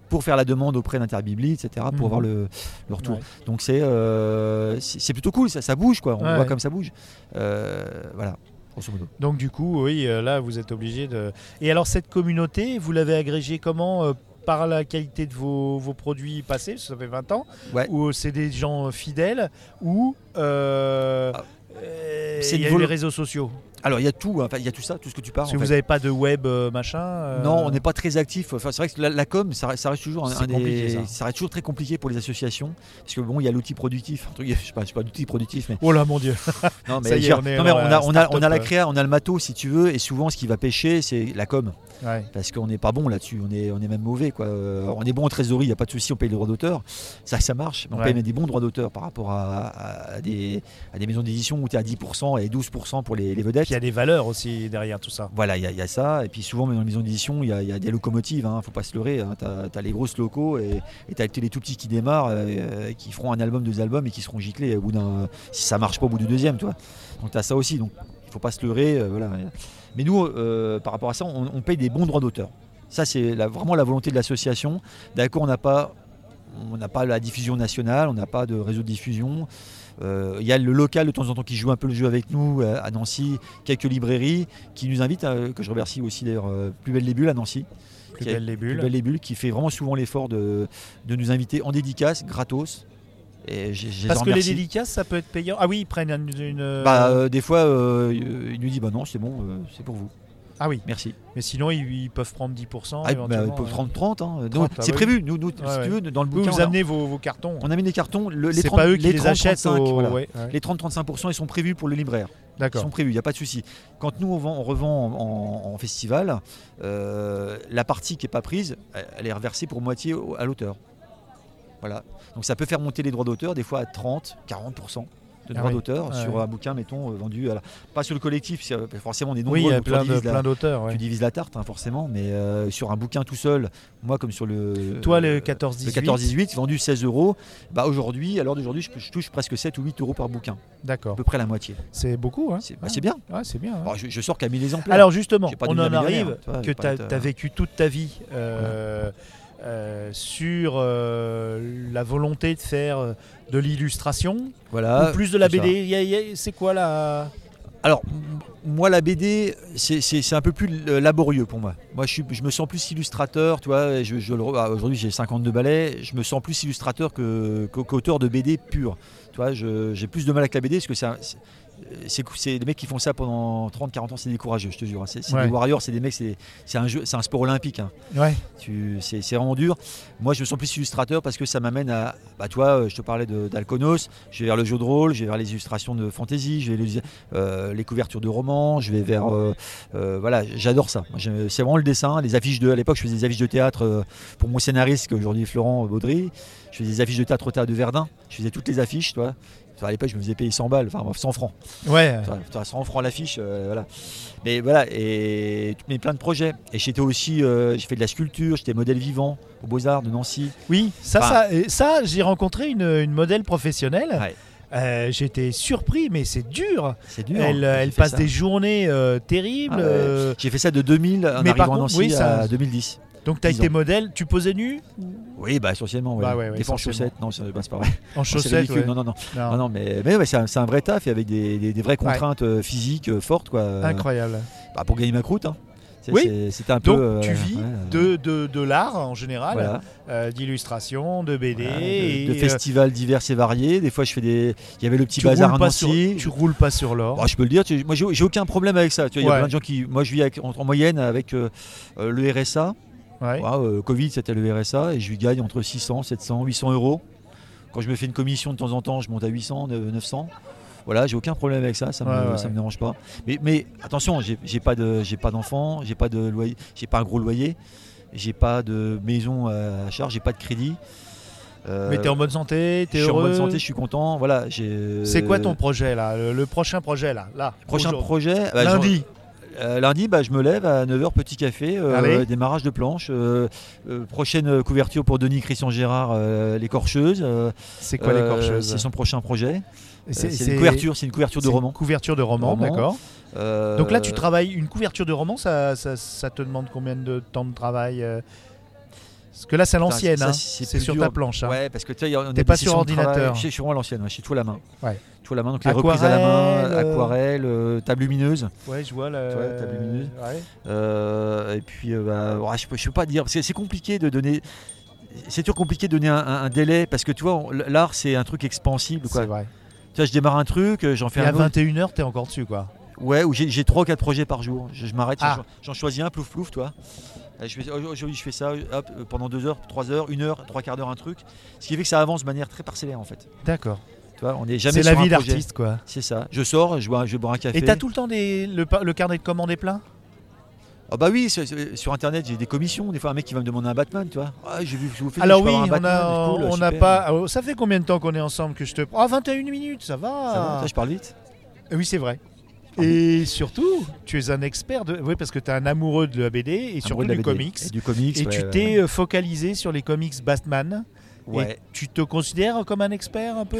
Speaker 2: pour faire la demande auprès d'Interbibli, etc., pour
Speaker 1: Mhm.
Speaker 2: avoir le, le retour.
Speaker 1: Ouais.
Speaker 2: Donc c'est euh, c'est c'est plutôt cool, ça, ça bouge quoi. On
Speaker 1: Ouais,
Speaker 2: voit
Speaker 1: ouais.
Speaker 2: comme ça bouge. Euh, voilà, grosso modo.
Speaker 1: Donc du coup, oui, euh, là, vous êtes obligé de. Et alors cette communauté, vous l'avez agrégée comment euh, Par la qualité de vos, vos produits passés, parce que ça fait 20 ans,
Speaker 2: Ouais.
Speaker 1: ou c'est des gens euh, fidèles, ou euh,
Speaker 2: Ah.
Speaker 1: euh,
Speaker 2: C'est
Speaker 1: il y
Speaker 2: une
Speaker 1: a eu
Speaker 2: vol-
Speaker 1: les réseaux sociaux.
Speaker 2: Alors il y a tout, hein. enfin il y a tout ça, tout ce que tu parles.
Speaker 1: Parce que
Speaker 2: en
Speaker 1: vous
Speaker 2: fait.
Speaker 1: n'avez pas de web euh, machin. euh,
Speaker 2: Non, on n'est pas très actif. Enfin, c'est vrai que la, la com, ça, reste- ça reste toujours un,
Speaker 1: C'est
Speaker 2: un des-
Speaker 1: compliqué, ça.
Speaker 2: reste toujours très compliqué pour les associations, parce que bon, il y a l'outil productif. Entre guillemets, je sais pas, je sais pas d'outil productif, mais
Speaker 1: Oh là mon dieu.
Speaker 2: non, mais,
Speaker 1: Ça y est,
Speaker 2: je veux dire,
Speaker 1: on est
Speaker 2: non, mais
Speaker 1: dans
Speaker 2: on
Speaker 1: la
Speaker 2: a, on a, on a la
Speaker 1: start-up.
Speaker 2: créa, on a le matos si tu veux, et souvent ce qui va pêcher, c'est la com.
Speaker 1: Ouais.
Speaker 2: parce qu'on n'est pas bon là-dessus, on est, on est même mauvais. Quoi. Euh, on est bon en trésorerie, il n'y a pas de souci, on paye les droits d'auteur, ça, ça marche, mais on
Speaker 1: Ouais.
Speaker 2: paye même des bons droits d'auteur par rapport à, à- à des, à des maisons d'édition où tu es à 10% et 12% pour les, les
Speaker 1: Puis il
Speaker 2: vedettes.
Speaker 1: y a des valeurs aussi derrière tout ça.
Speaker 2: Voilà, il y, a- il y a ça, et puis souvent même dans les maisons d'édition, il y, a- il y a des locomotives, hein, faut pas se leurrer, tu as, les grosses locaux et tu as les tout petits qui démarrent, euh, qui feront un album, deux albums et qui seront giclés au bout d'un, si ça marche pas au bout du deuxième, tu vois. Donc tu as ça aussi, donc il faut pas se leurrer. euh, voilà. Mais nous, euh, par rapport à ça, on, on paye des bons droits d'auteur. Ça, c'est la- vraiment la volonté de l'association. D'accord, on n'a pas, on n'a pas la diffusion nationale, on n'a pas de réseau de diffusion. Euh, Il y a le local de temps en temps qui joue un peu le jeu avec nous euh, à Nancy, quelques librairies qui nous invitent, euh, que je remercie aussi d'ailleurs, euh, Plus Belle les Bulles à Nancy,
Speaker 1: Plus
Speaker 2: Qui a-
Speaker 1: belle les
Speaker 2: Plus
Speaker 1: bulles.
Speaker 2: Belle les Bulles, qui fait vraiment souvent l'effort de, de nous inviter en dédicace, gratos. Et j'ai- j'ai
Speaker 1: Parce
Speaker 2: en
Speaker 1: que les
Speaker 2: remercie.
Speaker 1: dédicaces, ça peut être payant. Ah oui, ils prennent une. une-
Speaker 2: Bah, euh, des fois, euh, il nous dit Bah non, c'est bon, euh, c'est pour vous,
Speaker 1: Ah oui,
Speaker 2: merci.
Speaker 1: mais sinon ils, ils peuvent prendre 10%.
Speaker 2: Ah, bah,
Speaker 1: éventuellement,
Speaker 2: pour
Speaker 1: hein.
Speaker 2: 30, 30, hein. Nous,
Speaker 1: 30, ah
Speaker 2: c'est
Speaker 1: bah
Speaker 2: prévu. Nous, nous, si
Speaker 1: Ouais,
Speaker 2: tu
Speaker 1: ouais.
Speaker 2: veux, dans le
Speaker 1: Vous,
Speaker 2: bouquin,
Speaker 1: vous
Speaker 2: on a-
Speaker 1: amenez vos, vos cartons.
Speaker 2: on a mis des cartons. le- les
Speaker 1: C'est
Speaker 2: 30,
Speaker 1: pas eux qui les,
Speaker 2: 30,
Speaker 1: achètent. euh,
Speaker 2: 35,
Speaker 1: au-
Speaker 2: voilà.
Speaker 1: ouais, ouais.
Speaker 2: Les 30-35% ils sont prévus pour le libraire. Ils
Speaker 1: D'accord.
Speaker 2: sont prévus, il n'y a pas de souci. Quand nous on, vend- on revend en, en- en festival, euh, la partie qui n'est pas prise, elle- elle est reversée pour moitié au- à l'auteur. Voilà. Donc ça peut faire monter les droits d'auteur des fois à 30, 40% de
Speaker 1: Ah
Speaker 2: droits
Speaker 1: oui.
Speaker 2: d'auteur
Speaker 1: Ah
Speaker 2: sur
Speaker 1: oui.
Speaker 2: un bouquin, mettons, euh, vendu. à la- Pas sur le collectif, parce que, euh, forcément on est nombreux,
Speaker 1: Oui, il y a
Speaker 2: donc tu
Speaker 1: plein, de,
Speaker 2: divises la-
Speaker 1: plein d'auteurs. ouais.
Speaker 2: tu divises la tarte hein, forcément, mais euh, sur un bouquin tout seul, moi comme sur le.
Speaker 1: Toi, le
Speaker 2: euh,
Speaker 1: 14-18.
Speaker 2: le 14-18, vendu 16 euros, bah aujourd'hui, à l'heure d'aujourd'hui, je, je touche presque 7 ou 8 euros par bouquin, à
Speaker 1: D'accord.
Speaker 2: peu près la moitié.
Speaker 1: C'est beaucoup, hein
Speaker 2: C'est bah, c'est bien.
Speaker 1: Ouais, c'est bien. hein.
Speaker 2: Alors, je, je sors qu'à 1000 exemplaires.
Speaker 1: Alors, justement,
Speaker 2: j'ai pas
Speaker 1: on
Speaker 2: devenu
Speaker 1: en
Speaker 2: un millionnaire,
Speaker 1: arrive
Speaker 2: tu vois,
Speaker 1: que
Speaker 2: j'ai
Speaker 1: tu as,
Speaker 2: pas été- euh,
Speaker 1: vécu toute ta vie euh, euh, sur euh, la volonté de faire euh, de l'illustration,
Speaker 2: voilà,
Speaker 1: ou plus de la
Speaker 2: Ah, c'est ça.
Speaker 1: BD. Il y a- il y a- c'est quoi la.
Speaker 2: Alors, m- moi, la BD, c'est- c'est c'est un peu plus euh, laborieux pour moi. Moi, je, suis- je me sens plus illustrateur, tu vois. je- je le re- ah, Aujourd'hui, j'ai 52 balais. Je me sens plus illustrateur que- qu'au- qu'auteur de BD pur. Tu vois, je- j'ai plus de mal avec la BD parce que c'est un- c'est- c'est c'est les mecs qui font ça pendant 30 40 ans c'est des courageux je te jure hein. c'est c'est
Speaker 1: Ouais.
Speaker 2: des warriors c'est des mecs c'est c'est un jeu c'est un sport olympique hein.
Speaker 1: Ouais.
Speaker 2: Tu- c'est c'est vraiment dur moi je me sens plus illustrateur parce que ça m'amène à bah toi euh, je te parlais de- d'Alconos je vais vers le jeu de rôle je vais vers les illustrations de fantasy je vais les, euh, les couvertures de romans je vais vers euh, euh, voilà j'adore ça Moi, j'aime- c'est vraiment le dessin les affiches de à l'époque je faisais des affiches de théâtre euh, pour mon scénariste qui est aujourd'hui Florent Baudry je faisais des affiches de théâtre au théâtre de Verdun je faisais toutes les affiches toi à l'époque, je me faisais payer 100 balles, enfin bref, 100 francs.
Speaker 1: Ouais.
Speaker 2: T'as- t'as 100 francs l'affiche, euh, voilà. Mais voilà, et tu mets plein de projets. Et j'étais aussi, euh, j'ai fait de la sculpture, j'étais modèle vivant aux Beaux-Arts de Nancy.
Speaker 1: Oui, ça,
Speaker 2: Enfin-
Speaker 1: ça, et ça j'ai rencontré une, une modèle professionnelle.
Speaker 2: Ouais.
Speaker 1: Euh, J'étais surpris, mais c'est dur.
Speaker 2: C'est dur.
Speaker 1: elle euh,
Speaker 2: hein,
Speaker 1: elle
Speaker 2: j'ai fait
Speaker 1: passe
Speaker 2: ça.
Speaker 1: des journées euh, terribles.
Speaker 2: Ah ouais.
Speaker 1: euh,
Speaker 2: J'ai fait ça de 2000 en
Speaker 1: Mais par
Speaker 2: arrivant à
Speaker 1: contre,
Speaker 2: Nancy
Speaker 1: oui, ça-
Speaker 2: à 2010.
Speaker 1: donc, tu as
Speaker 2: Dix
Speaker 1: été
Speaker 2: ans.
Speaker 1: modèle, tu posais nu
Speaker 2: Oui, bah essentiellement. Ouais.
Speaker 1: Bah ouais, ouais,
Speaker 2: Des fois en
Speaker 1: essentiellement.
Speaker 2: chaussettes, non, c'est bah, c'est pas vrai.
Speaker 1: en
Speaker 2: C'est
Speaker 1: chaussettes.
Speaker 2: ridicule, Non,
Speaker 1: ouais.
Speaker 2: Ah non, non.
Speaker 1: Non.
Speaker 2: Non, non, mais, mais ouais, c'est un, c'est un vrai taf et avec des, des- des vraies contraintes euh, physiques euh, fortes, quoi. euh,
Speaker 1: Incroyable.
Speaker 2: bah, pour gagner ma croûte. hein. C'est-
Speaker 1: Oui.
Speaker 2: c'est- C'était un peu.
Speaker 1: Donc,
Speaker 2: euh,
Speaker 1: tu vis
Speaker 2: ouais, euh,
Speaker 1: de, de, de l'art en général,
Speaker 2: voilà.
Speaker 1: euh, d'illustration, de BD.
Speaker 2: Voilà,
Speaker 1: et,
Speaker 2: de, de
Speaker 1: euh,
Speaker 2: festivals divers et variés. Des fois, je fais des. Il y avait le petit
Speaker 1: tu
Speaker 2: bazar à
Speaker 1: roules pas sur-
Speaker 2: Nancy.
Speaker 1: Tu roules pas sur l'or.
Speaker 2: Bah, je peux le dire. tu- Moi, j'ai j'ai aucun problème avec ça. Tu vois, il y
Speaker 1: Ouais.
Speaker 2: a plein de gens qui. Moi, je vis avec- en, en moyenne avec euh, euh, le RSA.
Speaker 1: Ouais.
Speaker 2: Voilà, euh, Covid, c'était le RSA, et je lui gagne entre 600, 700, 800 euros. Quand je me fais une commission de temps en temps, je monte à 800, neuf- 900. Voilà, j'ai aucun problème avec ça, ça me,
Speaker 1: Ouais, ouais,
Speaker 2: ça me
Speaker 1: ouais.
Speaker 2: dérange pas. Mais, mais attention, j'ai j'ai pas de, j'ai pas d'enfants, j'ai pas de loyer, j'ai pas un gros loyer, j'ai pas de maison à charge, j'ai pas de crédit. Euh,
Speaker 1: Mais t'es en bonne santé,
Speaker 2: je
Speaker 1: t'es
Speaker 2: suis en
Speaker 1: heureux.
Speaker 2: bonne santé, je suis content. Voilà, j'ai. euh,
Speaker 1: C'est quoi ton projet là le, le prochain projet là, là
Speaker 2: prochain
Speaker 1: aujourd'hui.
Speaker 2: projet bah, j'en-
Speaker 1: Lundi.
Speaker 2: euh, lundi, bah, je me lève à 9h, petit café, euh,
Speaker 1: Allez.
Speaker 2: démarrage de planche. euh, euh, prochaine couverture pour Denis Christian Gérard, euh, l'écorcheuse. euh,
Speaker 1: C'est quoi les
Speaker 2: euh,
Speaker 1: l'écorcheuse
Speaker 2: C'est son prochain projet.
Speaker 1: Et
Speaker 2: Euh,
Speaker 1: c'est-
Speaker 2: C'est
Speaker 1: c'est-
Speaker 2: une couverture, c'est une couverture de
Speaker 1: c'est une
Speaker 2: roman.
Speaker 1: Couverture de roman,
Speaker 2: Roman.
Speaker 1: d'accord.
Speaker 2: Euh,
Speaker 1: Donc là, tu travailles une couverture de roman, ça, ça, ça te demande combien de temps de travail euh Parce que là, c'est à
Speaker 2: Putain,
Speaker 1: l'ancienne,
Speaker 2: ça,
Speaker 1: hein.
Speaker 2: c'est
Speaker 1: c'est
Speaker 2: plus
Speaker 1: sur
Speaker 2: dur.
Speaker 1: ta planche. hein.
Speaker 2: Ouais, parce que tu sais, il y a- on a
Speaker 1: T'es
Speaker 2: des
Speaker 1: pas sur
Speaker 2: sessions de travail.
Speaker 1: ordinateur.
Speaker 2: Je suis- je suis vraiment à l'ancienne, ouais, je suis tout à la main.
Speaker 1: Ouais.
Speaker 2: Tout à la main, donc les reprises à la main,
Speaker 1: Aquarelle, euh,
Speaker 2: aquarelle, euh, table lumineuse.
Speaker 1: Ouais, je vois la.
Speaker 2: Ouais, table lumineuse.
Speaker 1: Ouais.
Speaker 2: Euh, et puis, euh, bah, ouais, je peux, je peux pas dire, parce que c'est compliqué de donner. C'est toujours compliqué de donner un, un- un délai parce que tu vois, on- l'art c'est un truc expansible. Quoi.
Speaker 1: C'est vrai.
Speaker 2: Tu vois, je démarre un truc, euh, j'en fais
Speaker 1: Et à
Speaker 2: un autre.
Speaker 1: 21h, t'es encore dessus, quoi.
Speaker 2: Ouais, ou j'ai j'ai trois ou quatre projets par jour. Je, je m'arrête,
Speaker 1: Ah.
Speaker 2: j'en- j'en choisis un, plouf plouf, toi. Je fais- Aujourd'hui, je fais ça hop, euh, pendant deux heures, trois heures, une heure, trois quarts d'heure, un truc. Ce qui fait que ça avance de manière très parcellaire en fait.
Speaker 1: D'accord.
Speaker 2: Tu vois, on n'est jamais
Speaker 1: C'est la
Speaker 2: sur un
Speaker 1: vie
Speaker 2: projet.
Speaker 1: d'artiste, quoi.
Speaker 2: C'est ça. Je sors, je bois, je bois un café.
Speaker 1: Et t'as tout le temps des... le, pa- le carnet de commandes est plein
Speaker 2: Ah bah oui, sur- sur sur internet j'ai des commissions, des fois un mec qui va me demander un Batman, tu vois. Ah, j'ai vu, je vous fais
Speaker 1: Alors
Speaker 2: je peux
Speaker 1: oui,
Speaker 2: avoir un
Speaker 1: on
Speaker 2: Batman,
Speaker 1: a,
Speaker 2: cool,
Speaker 1: on n'a
Speaker 2: super.
Speaker 1: pas. alors, ça fait combien de temps qu'on est ensemble que je te. Ah, 21 minutes, ça va. Euh,
Speaker 2: Ça va, toi, je Ah parle vite.
Speaker 1: Oui, c'est vrai. Et surtout, tu es un expert de. Oui, parce que tu es un amoureux de la BD et surtout
Speaker 2: Amoureux de la
Speaker 1: du
Speaker 2: BD.
Speaker 1: comics.
Speaker 2: Et du comics.
Speaker 1: Et
Speaker 2: ouais,
Speaker 1: tu
Speaker 2: ouais,
Speaker 1: t'es euh, focalisé sur les comics Batman.
Speaker 2: ouais.
Speaker 1: Et tu te considères comme un expert un peu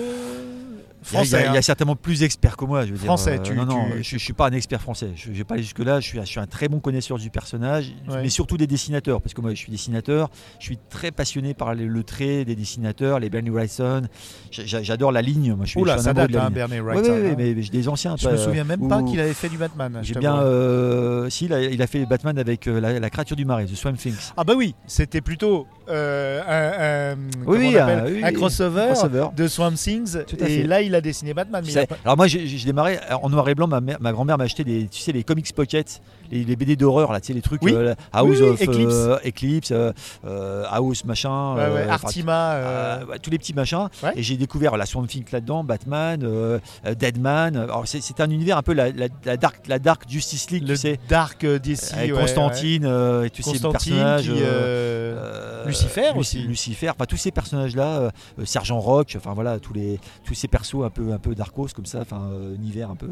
Speaker 2: Il y a- il y a-
Speaker 1: français
Speaker 2: Il y,
Speaker 1: hein.
Speaker 2: a certainement plus d'experts que moi. Je veux dire.
Speaker 1: Français,
Speaker 2: Euh,
Speaker 1: tu-
Speaker 2: non, non,
Speaker 1: tu-
Speaker 2: je, je suis pas un expert français. Je, je vais pas aller jusque là. Je suis, un- je suis un très bon connaisseur du personnage,
Speaker 1: Ouais.
Speaker 2: mais surtout des dessinateurs, parce que moi je suis dessinateur. Je suis très passionné par les- le trait des dessinateurs, les Bernie Wrightson. J'a- j'a- J'adore la ligne. Moi, je suis,
Speaker 1: Oula,
Speaker 2: je suis un
Speaker 1: ça
Speaker 2: amoureux
Speaker 1: date,
Speaker 2: de la
Speaker 1: hein,
Speaker 2: ligne.
Speaker 1: Bernie
Speaker 2: Ouais,
Speaker 1: Wrightson.
Speaker 2: ouais, ouais,
Speaker 1: hein.
Speaker 2: mais j'ai des anciens.
Speaker 1: Je me souviens même pas qu'il avait fait du Batman. Ah, je
Speaker 2: J'ai
Speaker 1: t'avoue.
Speaker 2: bien. euh, si, là, il a fait Batman avec euh, la, la créature du marais, The Swamp Things.
Speaker 1: Ah bah oui, c'était plutôt euh, un, un- comment
Speaker 2: oui,
Speaker 1: on appelle
Speaker 2: un- oui,
Speaker 1: un crossover
Speaker 2: Crossover.
Speaker 1: de Swamp Things.
Speaker 2: Tout à
Speaker 1: Et
Speaker 2: fait.
Speaker 1: là, il a dessiné Batman. mais il a
Speaker 2: C'est-
Speaker 1: pas-
Speaker 2: Alors moi, j'ai j'ai démarré euh, en noir et blanc. Ma, mère- ma grand-mère m'a acheté des, tu sais, les comics pocket, les, les BD d'horreur là, tu sais, les trucs
Speaker 1: Oui.
Speaker 2: euh, House
Speaker 1: Oui, oui,
Speaker 2: of
Speaker 1: Eclipse.
Speaker 2: euh, Eclipse, euh, euh, House machin,
Speaker 1: Ouais, ouais,
Speaker 2: euh, enfin,
Speaker 1: Artima. euh,
Speaker 2: euh, ouais, tous les petits machins.
Speaker 1: Ouais.
Speaker 2: Et j'ai découvert la Swamp Thing là-dedans, Batman, euh, euh, Deadman. Alors c'est- c'est un univers un peu la, la- la dark, la dark Justice League,
Speaker 1: le
Speaker 2: tu sais,
Speaker 1: Dark euh, DC.
Speaker 2: avec
Speaker 1: ouais, ouais.
Speaker 2: Constantine euh, et tous ces
Speaker 1: Constantine
Speaker 2: personnages.
Speaker 1: qui,
Speaker 2: euh,
Speaker 1: euh,
Speaker 2: euh,
Speaker 1: Lucifer
Speaker 2: Luc-
Speaker 1: aussi.
Speaker 2: Lucifer, enfin tous ces personnages là, Sergent Rock, enfin voilà tous les tous ces persos un peu un peu darkos comme ça, enfin euh, univers un peu.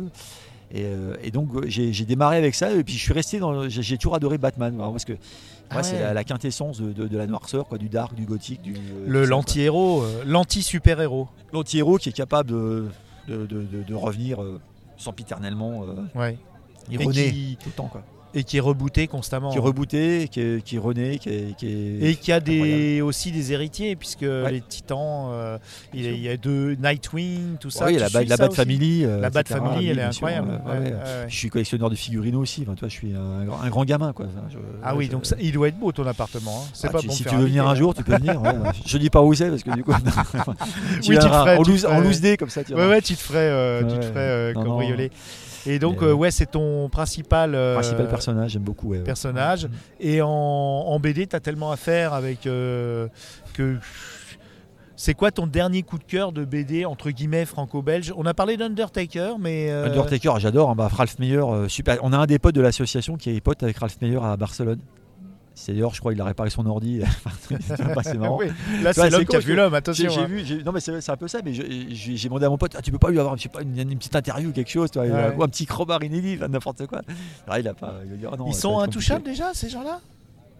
Speaker 2: Et, euh, et donc euh, j'ai j'ai démarré avec ça et puis je suis resté dans j'ai j'ai toujours adoré Batman vraiment, parce que moi,
Speaker 1: Ah ouais.
Speaker 2: c'est la, la quintessence de, de- de la noirceur quoi, du dark, du gothique, du euh,
Speaker 1: le
Speaker 2: tout ça,
Speaker 1: l'anti-héros, euh, l'anti-super-héros.
Speaker 2: quoi. l'anti-héros qui est capable de de, de- de- de revenir euh, sempiternellement euh,
Speaker 1: Ouais. Et
Speaker 2: erroné
Speaker 1: qui-
Speaker 2: tout le temps quoi.
Speaker 1: Et qui est rebooté constamment.
Speaker 2: qui est rebooté, qui, est- qui renaît, qui est, qui est-
Speaker 1: et qui a des,
Speaker 2: Incroyable.
Speaker 1: aussi des héritiers, puisque les Titans, euh, il, y a, il y a deux Nightwing, tout ça.
Speaker 2: Ouais,
Speaker 1: Tu
Speaker 2: la,
Speaker 1: suis
Speaker 2: Bad- la
Speaker 1: ça
Speaker 2: Bad
Speaker 1: aussi
Speaker 2: Family. euh,
Speaker 1: La Bad
Speaker 2: etc.
Speaker 1: Family,
Speaker 2: Oui,
Speaker 1: elle est
Speaker 2: bien sûr,
Speaker 1: incroyable.
Speaker 2: euh, ouais,
Speaker 1: Ouais,
Speaker 2: euh,
Speaker 1: ouais.
Speaker 2: Je suis collectionneur de figurines aussi. Enfin, tu vois, je suis un, grand- un grand gamin, quoi. Enfin, je-
Speaker 1: Ah oui,
Speaker 2: je-
Speaker 1: donc ça- il doit être beau ton appartement. hein. C'est
Speaker 2: Ah,
Speaker 1: pas
Speaker 2: tu-
Speaker 1: pour me
Speaker 2: si
Speaker 1: faire
Speaker 2: tu veux venir
Speaker 1: inviter,
Speaker 2: un
Speaker 1: là.
Speaker 2: jour, tu peux venir. ouais. Je dis pas où c'est parce que du coup, tu
Speaker 1: Oui, tu te
Speaker 2: viendras
Speaker 1: ferais-
Speaker 2: en
Speaker 1: tu te
Speaker 2: loose, en
Speaker 1: ferais-
Speaker 2: loose day comme ça. Tu
Speaker 1: Ouais,
Speaker 2: verras.
Speaker 1: ouais, tu te ferais, euh, tu te
Speaker 2: Ouais,
Speaker 1: ferais euh,
Speaker 2: non, non.
Speaker 1: cambrioler. Et donc,
Speaker 2: Mais,
Speaker 1: euh, ouais, c'est ton principal, euh,
Speaker 2: Principal Mm. personnage, j'aime beaucoup. ouais, ouais.
Speaker 1: personnage. Et en, en BD, t'as tellement à faire avec euh, que. C'est quoi ton dernier coup de cœur de BD entre guillemets franco-belge On a parlé d'Undertaker, mais euh,
Speaker 2: Undertaker, j'adore. hein, bah, Ralph Meyer, euh, super. On a un des potes de l'association qui est pote avec Ralph Meyer à Barcelone. C'est d'ailleurs, je crois, il a réparé son ordi. Enfin, c'est marrant.
Speaker 1: oui,
Speaker 2: Tu vois,
Speaker 1: là c'est l'homme
Speaker 2: c'est
Speaker 1: qui a
Speaker 2: con,
Speaker 1: vu l'homme.
Speaker 2: J'ai
Speaker 1: Attention.
Speaker 2: j'ai
Speaker 1: hein.
Speaker 2: vu, j'ai- non mais c'est c'est un peu ça, mais je- j'ai j'ai demandé à mon pote, ah, tu peux pas lui avoir je sais pas, une, une petite interview ou quelque chose, toi,
Speaker 1: Ouais.
Speaker 2: ou un petit crowbar inédit, enfin, n'importe quoi. Ah, il a pas, il a dit, ah non,
Speaker 1: Ils
Speaker 2: ça
Speaker 1: sont
Speaker 2: va être
Speaker 1: intouchables déjà ces gens-là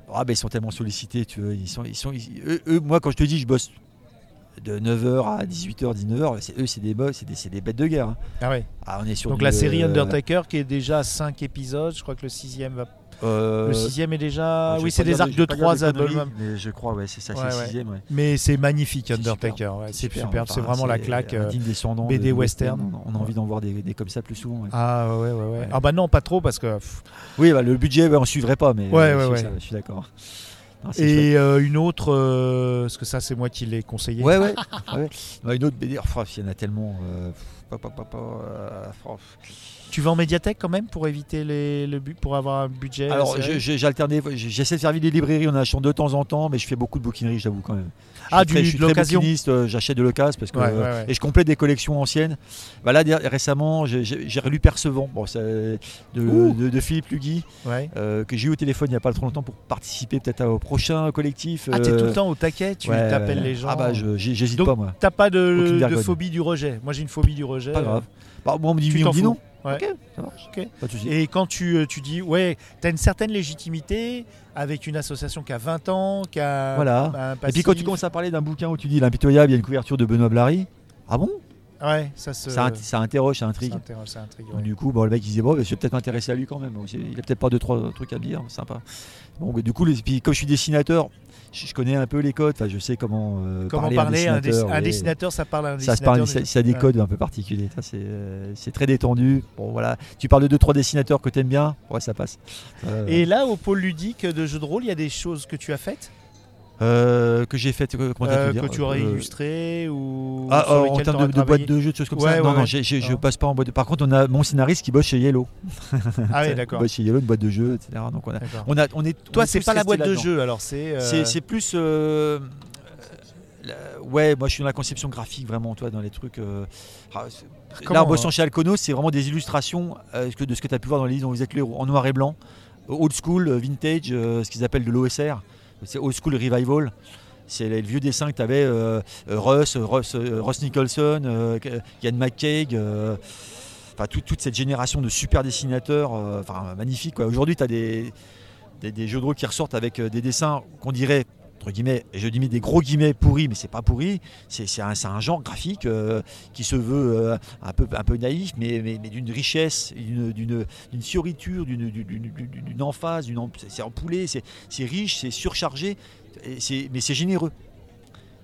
Speaker 2: compliqué. Ah ben ils sont tellement sollicités, tu vois, ils sont, ils sont, ils- eux, eux, moi quand je te dis, je bosse de 9h à 18h, 19h, c'est- eux c'est des boss, c'est des, c'est des bêtes de guerre. hein.
Speaker 1: Ah ouais.
Speaker 2: Ah, on est sur
Speaker 1: Donc
Speaker 2: du,
Speaker 1: la série
Speaker 2: euh,
Speaker 1: Undertaker qui est déjà 5 épisodes, je crois que le sixième va.
Speaker 2: euh, Ah,
Speaker 1: le sixième est déjà.
Speaker 2: je vais
Speaker 1: Oui,
Speaker 2: pas
Speaker 1: c'est
Speaker 2: dire
Speaker 1: des arcs
Speaker 2: je
Speaker 1: de
Speaker 2: vais pas dire
Speaker 1: 3 à
Speaker 2: conneries,
Speaker 1: 2.
Speaker 2: mais je crois, ouais, c'est ça,
Speaker 1: Ouais,
Speaker 2: c'est
Speaker 1: ouais.
Speaker 2: le sixième, ouais.
Speaker 1: Mais c'est magnifique
Speaker 2: C'est superbe.
Speaker 1: Undertaker, ouais, c'est superbe, c'est
Speaker 2: enfin,
Speaker 1: vraiment la claque.
Speaker 2: un
Speaker 1: euh.
Speaker 2: digne descendant
Speaker 1: BD
Speaker 2: de-
Speaker 1: western.
Speaker 2: On a envie d'en voir des, des comme ça plus souvent. ouais.
Speaker 1: Ah ouais, ouais, ouais,
Speaker 2: Ouais.
Speaker 1: Ah bah non, pas trop parce que. pff.
Speaker 2: Oui, bah, le budget, bah, on suivrait pas, mais
Speaker 1: Ouais,
Speaker 2: euh,
Speaker 1: ouais,
Speaker 2: c'est
Speaker 1: ouais.
Speaker 2: ça, je suis d'accord. Non, c'est chouette.
Speaker 1: Et euh, une autre, euh, parce que ça c'est moi qui l'ai conseillé.
Speaker 2: Ouais, ouais. ouais. Bah, une autre BD, oh, pff, il y en a tellement. euh, pff, pa, pa, pa, pa, euh, oh.
Speaker 1: Tu vas en médiathèque quand même pour éviter les, le bu- pour avoir un budget.
Speaker 2: Alors,
Speaker 1: serré
Speaker 2: j'ai- j'ai j'ai alterné, j'ai- j'essaie de servir des librairies en achetant de temps en temps, mais je fais beaucoup de bouquinerie, j'avoue quand même.
Speaker 1: Ah,
Speaker 2: Je suis très-
Speaker 1: du- de
Speaker 2: je suis très
Speaker 1: l'occasion.
Speaker 2: bouquiniste, euh, j'achète de l'occasion parce que.
Speaker 1: Ouais,
Speaker 2: euh,
Speaker 1: ouais, ouais.
Speaker 2: Et je complète des collections anciennes. Bah, là, der- récemment, j'ai- j'ai j'ai relu Percevant bon, ça- de,
Speaker 1: Ouh.
Speaker 2: de- de Philippe Lugui,
Speaker 1: Ouais.
Speaker 2: euh, que j'ai eu au téléphone il n'y a pas trop longtemps pour participer peut-être au prochain collectif.
Speaker 1: Ah, t'es tout
Speaker 2: euh,
Speaker 1: le temps au taquet, tu
Speaker 2: ouais,
Speaker 1: t'appelles
Speaker 2: ouais.
Speaker 1: les gens.
Speaker 2: Ah, bah, je- j'ai- j'hésite
Speaker 1: Donc,
Speaker 2: pas, moi.
Speaker 1: T'as pas de,
Speaker 2: Aucune
Speaker 1: de
Speaker 2: vergogne.
Speaker 1: phobie du rejet. Moi j'ai une phobie du rejet.
Speaker 2: Pas grave. Bah, moi, on me dit
Speaker 1: euh, tu
Speaker 2: oui, on
Speaker 1: t'en
Speaker 2: me dit
Speaker 1: fous.
Speaker 2: non.
Speaker 1: Ouais.
Speaker 2: Ok, ça marche.
Speaker 1: Ok.
Speaker 2: Pas de souci.
Speaker 1: Et quand tu, euh, tu dis, ouais, t'as une certaine légitimité avec une association qui a 20 ans, qui a
Speaker 2: Voilà.
Speaker 1: un
Speaker 2: Et puis
Speaker 1: passif.
Speaker 2: quand tu commences à parler d'un bouquin où tu dis l'impitoyable, il y a une couverture de Benoît Blary. Ah bon
Speaker 1: Ouais, ça se.
Speaker 2: ça, int- ça interroge, ça
Speaker 1: ça
Speaker 2: intrigue.
Speaker 1: inter- ça intrigue, ouais.
Speaker 2: Donc, du coup, bon, le mec il se dit bon, bah, je vais peut-être m'intéresser à lui quand même. Il a peut-être pas deux trois trucs à me dire, sympa. Bon, bah, du coup, les, puis comme je suis dessinateur, je, je connais un peu les codes. Enfin, je sais comment, euh,
Speaker 1: Comment
Speaker 2: parler, à
Speaker 1: parler à un,
Speaker 2: dessinateur.
Speaker 1: dess- un
Speaker 2: ouais.
Speaker 1: dessinateur, ça parle à un
Speaker 2: Ça, se
Speaker 1: dessinateur.
Speaker 2: parle, ça, ça a des
Speaker 1: Ouais.
Speaker 2: codes un peu particuliers. Ça, c'est, euh, c'est très détendu. Bon, voilà. Tu parles de deux trois dessinateurs que t'aimes bien. Ouais, ça passe. Euh,
Speaker 1: Et là, au pôle ludique de jeux de rôle, il y a des choses que tu as faites
Speaker 2: euh, que j'ai fait. euh, Comment t'as
Speaker 1: euh,
Speaker 2: pu dire
Speaker 1: que tu aurais
Speaker 2: Euh,
Speaker 1: illustrées ou
Speaker 2: Ah,
Speaker 1: sur
Speaker 2: euh, en
Speaker 1: lesquelles
Speaker 2: termes
Speaker 1: t'aurais
Speaker 2: de, de
Speaker 1: travaillé
Speaker 2: boîte de jeu, de choses comme ça.
Speaker 1: Ouais, ouais,
Speaker 2: non, non,
Speaker 1: ouais.
Speaker 2: j'ai- j'ai- je
Speaker 1: Non.
Speaker 2: passe pas en boîte. de- Par contre, on a mon scénariste qui bosse chez Yellow.
Speaker 1: Ah oui,
Speaker 2: Il
Speaker 1: d'accord.
Speaker 2: bosse chez Yellow, une boîte de jeu, etc. Donc on a,
Speaker 1: D'accord.
Speaker 2: on a, on est. on
Speaker 1: Toi,
Speaker 2: est
Speaker 1: c'est
Speaker 2: tous
Speaker 1: pas la
Speaker 2: restés
Speaker 1: boîte de
Speaker 2: là-dedans.
Speaker 1: jeu, alors c'est. euh,
Speaker 2: C'est, c'est plus. euh, euh, la- ouais, moi je suis dans la conception graphique vraiment, toi, dans les trucs. euh, ah, c'est-
Speaker 1: Comment,
Speaker 2: là, en bossant
Speaker 1: hein
Speaker 2: chez Alcono, c'est vraiment des illustrations euh, que- de ce que tu as pu voir dans les livres dont vous êtes le héros, en noir et blanc, old school, euh, vintage, euh, ce qu'ils appellent de l'OSR, c'est old school revival. C'est les vieux dessins que tu avais Russ, Russ, euh, Russ Nicholson, euh, que- Ian McCaig. euh, Enfin, tout- toute cette génération de super dessinateurs, euh, enfin magnifique. quoi. Aujourd'hui, tu as des, des, des jeux de rôle qui ressortent avec euh, des dessins qu'on dirait entre guillemets, et je dis mais des gros guillemets pourris, mais c'est pas pourri, c'est c'est un, c'est un genre graphique euh, qui se veut euh, un, peu, un peu naïf, mais, mais, mais d'une richesse, d'une- d'une d'une fioriture, d'une d'une- d'une- d'une- d'une emphase, d'une em- c'est c'est empoulé, c'est c'est riche, c'est surchargé, et c'est- mais c'est généreux.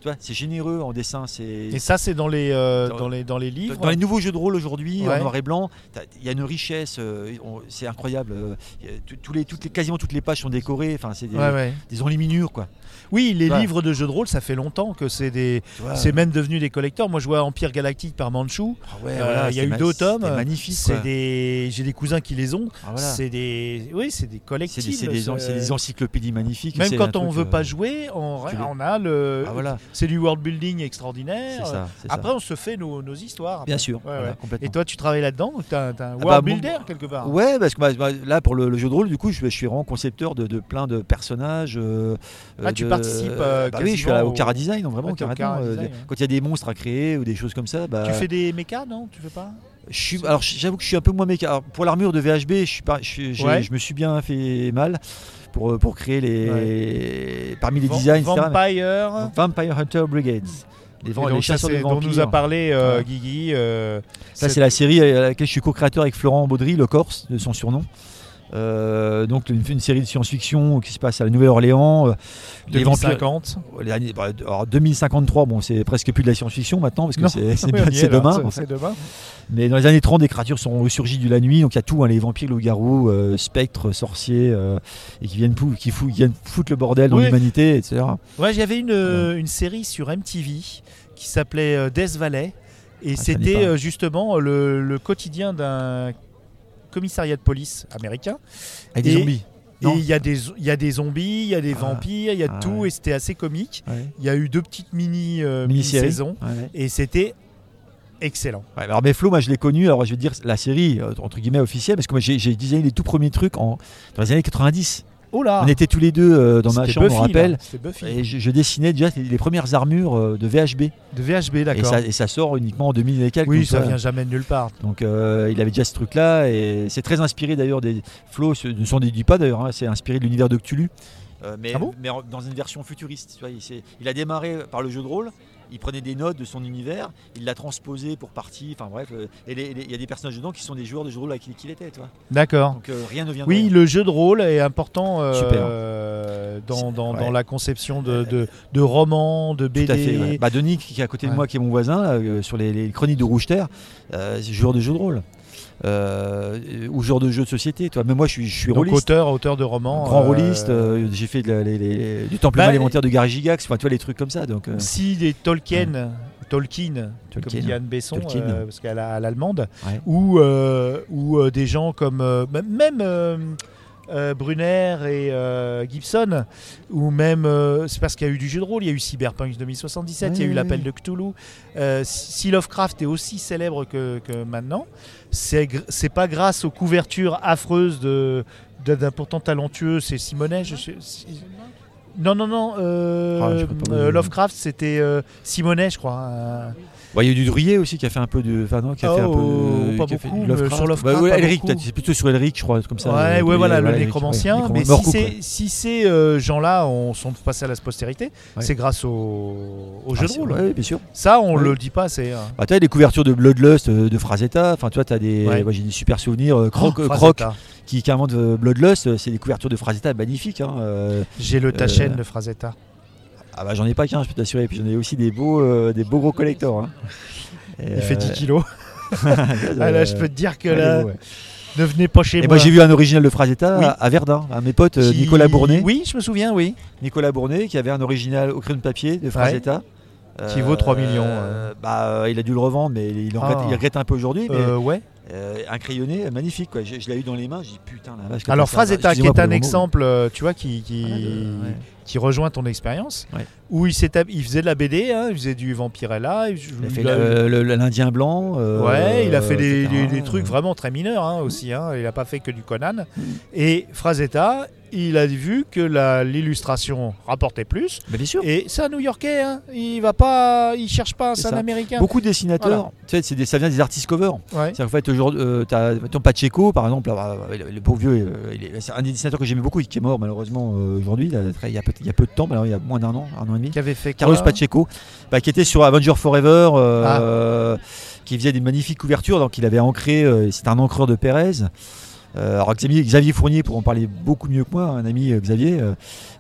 Speaker 2: Tu vois, c'est généreux en dessin, c'est
Speaker 1: Et ça, c'est dans les euh,
Speaker 2: Dans-
Speaker 1: dans les dans les livres.
Speaker 2: dans les nouveaux jeux de rôle aujourd'hui,
Speaker 1: Ouais.
Speaker 2: en noir et blanc, t'as- il y a une richesse, euh, on- c'est incroyable. euh, y a tout- tous les, toutes les, quasiment toutes les pages sont décorées, enfin c'est des,
Speaker 1: Ouais, ouais.
Speaker 2: des enluminures quoi.
Speaker 1: Oui, les
Speaker 2: Ouais.
Speaker 1: livres de jeux de rôle, ça fait longtemps que c'est des,
Speaker 2: Tu vois,
Speaker 1: c'est même devenu des collecteurs. Moi, je vois Empire Galactique par Manchou.
Speaker 2: ah ouais,
Speaker 1: euh,
Speaker 2: voilà,
Speaker 1: il y a
Speaker 2: c'est
Speaker 1: eu
Speaker 2: ma-
Speaker 1: deux tomes.
Speaker 2: c'était magnifique. quoi.
Speaker 1: C'est des, j'ai des cousins qui les ont.
Speaker 2: Ah, voilà.
Speaker 1: C'est des, oui, c'est des
Speaker 2: C'est
Speaker 1: collectibles.
Speaker 2: des, c'est des en-
Speaker 1: ça.
Speaker 2: c'est des encyclopédies magnifiques.
Speaker 1: Même
Speaker 2: c'est un
Speaker 1: quand on
Speaker 2: truc,
Speaker 1: veut
Speaker 2: euh,
Speaker 1: pas jouer, on,
Speaker 2: tu les-
Speaker 1: on a le,
Speaker 2: Ah, voilà,
Speaker 1: c'est du world building
Speaker 2: c'est
Speaker 1: extraordinaire.
Speaker 2: ça. c'est ça.
Speaker 1: Après, on se fait nos, nos histoires.
Speaker 2: bien
Speaker 1: après.
Speaker 2: sûr.
Speaker 1: Ouais,
Speaker 2: voilà,
Speaker 1: ouais.
Speaker 2: complètement.
Speaker 1: Et toi, tu travailles là-dedans ou T'as t'as un
Speaker 2: bah,
Speaker 1: world
Speaker 2: mon-
Speaker 1: builder quelque part
Speaker 2: Ouais, parce que bah, bah, là, pour le, le jeu de rôle, du coup, je, je suis vraiment concepteur de, de plein de personnages. euh,
Speaker 1: Ah, tu participes, euh,
Speaker 2: bah Oui, je suis à-
Speaker 1: quasiment
Speaker 2: au
Speaker 1: au-
Speaker 2: Cara Design, vraiment.
Speaker 1: Ouais,
Speaker 2: au
Speaker 1: t'es au
Speaker 2: Cara
Speaker 1: Cara
Speaker 2: Design, euh,
Speaker 1: Design,
Speaker 2: des-
Speaker 1: ouais.
Speaker 2: Quand il y a des monstres à créer ou des choses comme ça, bah,
Speaker 1: Tu fais des mécas, non Tu fais pas
Speaker 2: je suis, alors j- j'avoue que je suis un peu moins méca. alors, pour l'armure de VHB, je, suis pas, je, suis- j'ai-
Speaker 1: Ouais.
Speaker 2: je me suis bien fait mal pour, euh, pour créer les. Parmi les
Speaker 1: Vamp-
Speaker 2: designs, etc.
Speaker 1: Vampire.
Speaker 2: Donc, Vampire Hunter Brigades. Les, vents-
Speaker 1: Et
Speaker 2: les
Speaker 1: donc ça,
Speaker 2: chasseurs de
Speaker 1: c'est- dont
Speaker 2: vampires.
Speaker 1: nous a parlé euh,
Speaker 2: Ouais.
Speaker 1: Guigui. euh,
Speaker 2: Ça,
Speaker 1: cette-
Speaker 2: euh, c'est la série à laquelle je suis co-créateur avec Florent Baudry, le Corse, de son surnom. Euh, donc une, une série de science-fiction qui se passe à la Nouvelle-Orléans. euh, les vampires-
Speaker 1: 2050.
Speaker 2: les années- bah, alors, 2053, bon, c'est presque plus de la science-fiction maintenant, parce que
Speaker 1: Non.
Speaker 2: c'est c'est-
Speaker 1: Oui, on y
Speaker 2: c'est
Speaker 1: est là,
Speaker 2: demain.
Speaker 1: c'est-
Speaker 2: en
Speaker 1: C'est
Speaker 2: fait.
Speaker 1: demain.
Speaker 2: Mais dans les années 30, des créatures sont ressurgies de la nuit, donc il y a tout, hein, les vampires, loups-garous, euh, spectres, sorciers, euh, et qui viennent, pou- qui fou- qui viennent foutre le bordel dans
Speaker 1: Oui.
Speaker 2: l'humanité, etc.
Speaker 1: Ouais, j'avais une, euh, une série sur MTV qui s'appelait euh, Death Valley. Et
Speaker 2: ça dit
Speaker 1: c'était
Speaker 2: pas.
Speaker 1: euh, justement le, le quotidien d'un commissariat de police américain.
Speaker 2: Avec des
Speaker 1: Et-
Speaker 2: zombies.
Speaker 1: Et
Speaker 2: Non.
Speaker 1: il y, a des zo- il y a des zombies, il y a des
Speaker 2: Ah.
Speaker 1: vampires, il y a de
Speaker 2: Ah
Speaker 1: tout.
Speaker 2: ouais.
Speaker 1: Et c'était assez comique.
Speaker 2: Ouais.
Speaker 1: Il y a eu deux petites mini, euh,
Speaker 2: Mini-série.
Speaker 1: mini-saisons.
Speaker 2: Ouais.
Speaker 1: et c'était excellent.
Speaker 2: Ouais, alors mais Flo, moi je l'ai connu, alors je vais dire la série euh, entre guillemets officielle, parce que moi j'ai j'ai designé les tout premiers trucs en, dans les années 90.
Speaker 1: Oh là
Speaker 2: On était tous les deux euh, dans ma chambre, je me rappelle,
Speaker 1: C'était Buffy.
Speaker 2: et je, je dessinais déjà les, les premières armures euh, de VHB.
Speaker 1: De VHB,
Speaker 2: Et
Speaker 1: d'accord.
Speaker 2: ça, et ça sort uniquement en 2000 et quelques.
Speaker 1: Oui,
Speaker 2: donc, euh,
Speaker 1: ça
Speaker 2: ouais.
Speaker 1: vient jamais de nulle part.
Speaker 2: Donc euh, il avait déjà ce truc-là, et c'est très inspiré d'ailleurs des Flo, ce- ne s'en déduit pas d'ailleurs, hein, c'est inspiré de l'univers de Cthulhu. Euh, mais,
Speaker 1: Ah bon
Speaker 2: mais en- dans une version futuriste. tu vois, il, s'est- il a démarré par le jeu de rôle, il prenait des notes de son univers, il l'a transposé pour partie, enfin bref, euh, et les- les- il y a des personnages dedans qui sont des joueurs de jeu de rôle avec qui il était, tu vois.
Speaker 1: D'accord.
Speaker 2: Donc euh, rien ne vient de
Speaker 1: Oui,
Speaker 2: rien.
Speaker 1: le jeu de rôle est important euh,
Speaker 2: Super.
Speaker 1: euh, dans,
Speaker 2: C'est-
Speaker 1: dans,
Speaker 2: ouais.
Speaker 1: dans la conception de, de, de romans, de BD.
Speaker 2: Tout à fait. ouais. Bah, Denis, qui est à côté
Speaker 1: Ouais.
Speaker 2: de moi, qui est mon voisin, là, euh, sur les, les chroniques de Rouge Terre, euh, c'est joueur de jeu de rôle. Euh, euh, ou joueur de jeu de société, toi. Mais moi, je suis, je suis
Speaker 1: Donc
Speaker 2: rôliste.
Speaker 1: auteur, auteur de romans.
Speaker 2: grand
Speaker 1: euh,
Speaker 2: rôliste, euh, j'ai fait de la- les- les- du temple
Speaker 1: bah,
Speaker 2: alimentaire de Gary Gygax, enfin, tu vois, les trucs comme ça. Donc, euh,
Speaker 1: Si des Tolkien, Tolkien,
Speaker 2: Tolkien.
Speaker 1: comme dit Anne Besson,
Speaker 2: Tolkien.
Speaker 1: euh, parce qu'elle a à l'allemande,
Speaker 2: Ouais.
Speaker 1: ou, euh, ou euh, des gens comme euh, m- même euh, euh, Brunner et euh, Gibson, ou même, euh, c'est parce qu'il y a eu du jeu de rôle, il y a eu Cyberpunk 2077, il y a
Speaker 2: Oui,
Speaker 1: eu
Speaker 2: oui,
Speaker 1: l'appel
Speaker 2: oui.
Speaker 1: de Cthulhu. Euh, si Lovecraft est aussi célèbre que, que maintenant, c'est gr- c'est pas grâce aux couvertures affreuses de d'un- d'un pourtant talentueux, c'est Simonet, je sais- si- non, non, non. euh,
Speaker 2: Ah, je peux pas vous
Speaker 1: euh,
Speaker 2: dire.
Speaker 1: Lovecraft, c'était euh, Simonet, je crois. hein.
Speaker 2: bon, Bah, il y a eu du Druillet aussi qui a fait un peu de. Enfin, non, qui a fait un peu.
Speaker 1: Oh,
Speaker 2: de-
Speaker 1: pas
Speaker 2: qui a fait
Speaker 1: beaucoup,
Speaker 2: du
Speaker 1: mais sur Lovecraft,
Speaker 2: Bah, ouais,
Speaker 1: pas
Speaker 2: Elric,
Speaker 1: beaucoup.
Speaker 2: peut-être, c'est plutôt sur Elric, je crois, comme ça.
Speaker 1: ouais,
Speaker 2: euh,
Speaker 1: ouais,
Speaker 2: Elric,
Speaker 1: voilà, le
Speaker 2: Elric,
Speaker 1: nécromancien.
Speaker 2: ouais,
Speaker 1: mais si
Speaker 2: Morcourt,
Speaker 1: ces,
Speaker 2: ouais.
Speaker 1: si ces, euh, gens-là ont- sont passés à la postérité,
Speaker 2: Ouais.
Speaker 1: c'est grâce au, au
Speaker 2: Ah,
Speaker 1: jeu de
Speaker 2: c'est-
Speaker 1: rôle.
Speaker 2: ouais, bien sûr.
Speaker 1: Ça, on
Speaker 2: Ouais.
Speaker 1: le dit pas, c'est. euh,
Speaker 2: Bah, t'as des couvertures de Bloodlust, euh, de Frazetta. Enfin, tu vois, t'as des.
Speaker 1: Ouais.
Speaker 2: moi, j'ai des super souvenirs. euh, Croc,
Speaker 1: oh,
Speaker 2: euh, Croc
Speaker 1: Frazetta.
Speaker 2: qui, qui invente euh, Bloodlust, euh, c'est des couvertures de Frazetta magnifiques. hein, euh.
Speaker 1: J'ai le
Speaker 2: Euh,
Speaker 1: Tachen de Frazetta.
Speaker 2: Ah, bah, j'en ai pas qu'un, je peux t'assurer. Puis j'en ai aussi des beaux, euh, des beaux gros collectors. hein. Et,
Speaker 1: Il fait 10 kilos.
Speaker 2: euh,
Speaker 1: Ah, là, je peux te dire que là,
Speaker 2: ouais, ouais.
Speaker 1: ne venez pas chez
Speaker 2: Et
Speaker 1: moi.
Speaker 2: moi Eh ben, j'ai vu un original de Frazetta
Speaker 1: Oui.
Speaker 2: à- à Verdun, à mes potes euh,
Speaker 1: Qui-
Speaker 2: Nicolas Bournet.
Speaker 1: Oui, je me souviens, oui.
Speaker 2: Nicolas Bournet qui avait un original au crayon de papier de Frazetta.
Speaker 1: Qui vaut 3 millions, hein.
Speaker 2: euh, bah, euh, il a dû le revendre, mais il, il en
Speaker 1: Ah.
Speaker 2: regrette, il regrette un peu aujourd'hui. Mais
Speaker 1: Euh, ouais.
Speaker 2: euh, un crayonné euh, magnifique, quoi. Je, je l'ai eu dans les mains, j'ai dit putain la vache. comment
Speaker 1: Alors,
Speaker 2: ça- Ah,
Speaker 1: Frazetta, qui
Speaker 2: excusez-moi
Speaker 1: est
Speaker 2: pour
Speaker 1: un
Speaker 2: le mot.
Speaker 1: exemple, euh, tu vois, qui. qui-
Speaker 2: Voilà, de- ouais.
Speaker 1: qui rejoint ton expérience,
Speaker 2: Ouais.
Speaker 1: où il, s'étab- il faisait de la BD, hein, il faisait du Vampirella, il,
Speaker 2: Il a fait
Speaker 1: il a-
Speaker 2: le- le- le- l'Indien blanc. euh,
Speaker 1: ouais, il a fait des,
Speaker 2: etc.
Speaker 1: des- des trucs vraiment très mineurs hein, aussi, hein, il n'a pas fait que du Conan.
Speaker 2: Mm.
Speaker 1: Et Frazetta, il a vu que la- l'illustration rapportait plus,
Speaker 2: Mais bien sûr.
Speaker 1: et c'est un New-Yorkais, hein, il va pas, il cherche pas,
Speaker 2: C'est
Speaker 1: c'est un
Speaker 2: ça.
Speaker 1: Américain.
Speaker 2: Beaucoup de dessinateurs,
Speaker 1: Voilà.
Speaker 2: tu sais, c'est des- ça vient des artistes covers.
Speaker 1: Ouais.
Speaker 2: C'est-à-dire qu'en fait, aujourd'hui, euh, t'as mettons, Pacheco, par exemple, alors, euh, le, le beau vieux, euh, il est- c'est un des dessinateurs que j'aimais beaucoup, qui est mort malheureusement euh, aujourd'hui, il, y a très- il y a peu- il y a peu de temps, mais alors, il y a moins d'un an, un an et demi.
Speaker 1: Qui avait fait
Speaker 2: Carlos
Speaker 1: quoi
Speaker 2: Pacheco, bah, qui était sur Avenger Forever, euh,
Speaker 1: Ah.
Speaker 2: qui faisait des magnifiques couvertures, donc il avait ancré, euh, c'était un encreur de Pérez. Euh, alors Xavier, Xavier Fournier pour en parler beaucoup mieux que moi, un ami euh, Xavier. euh,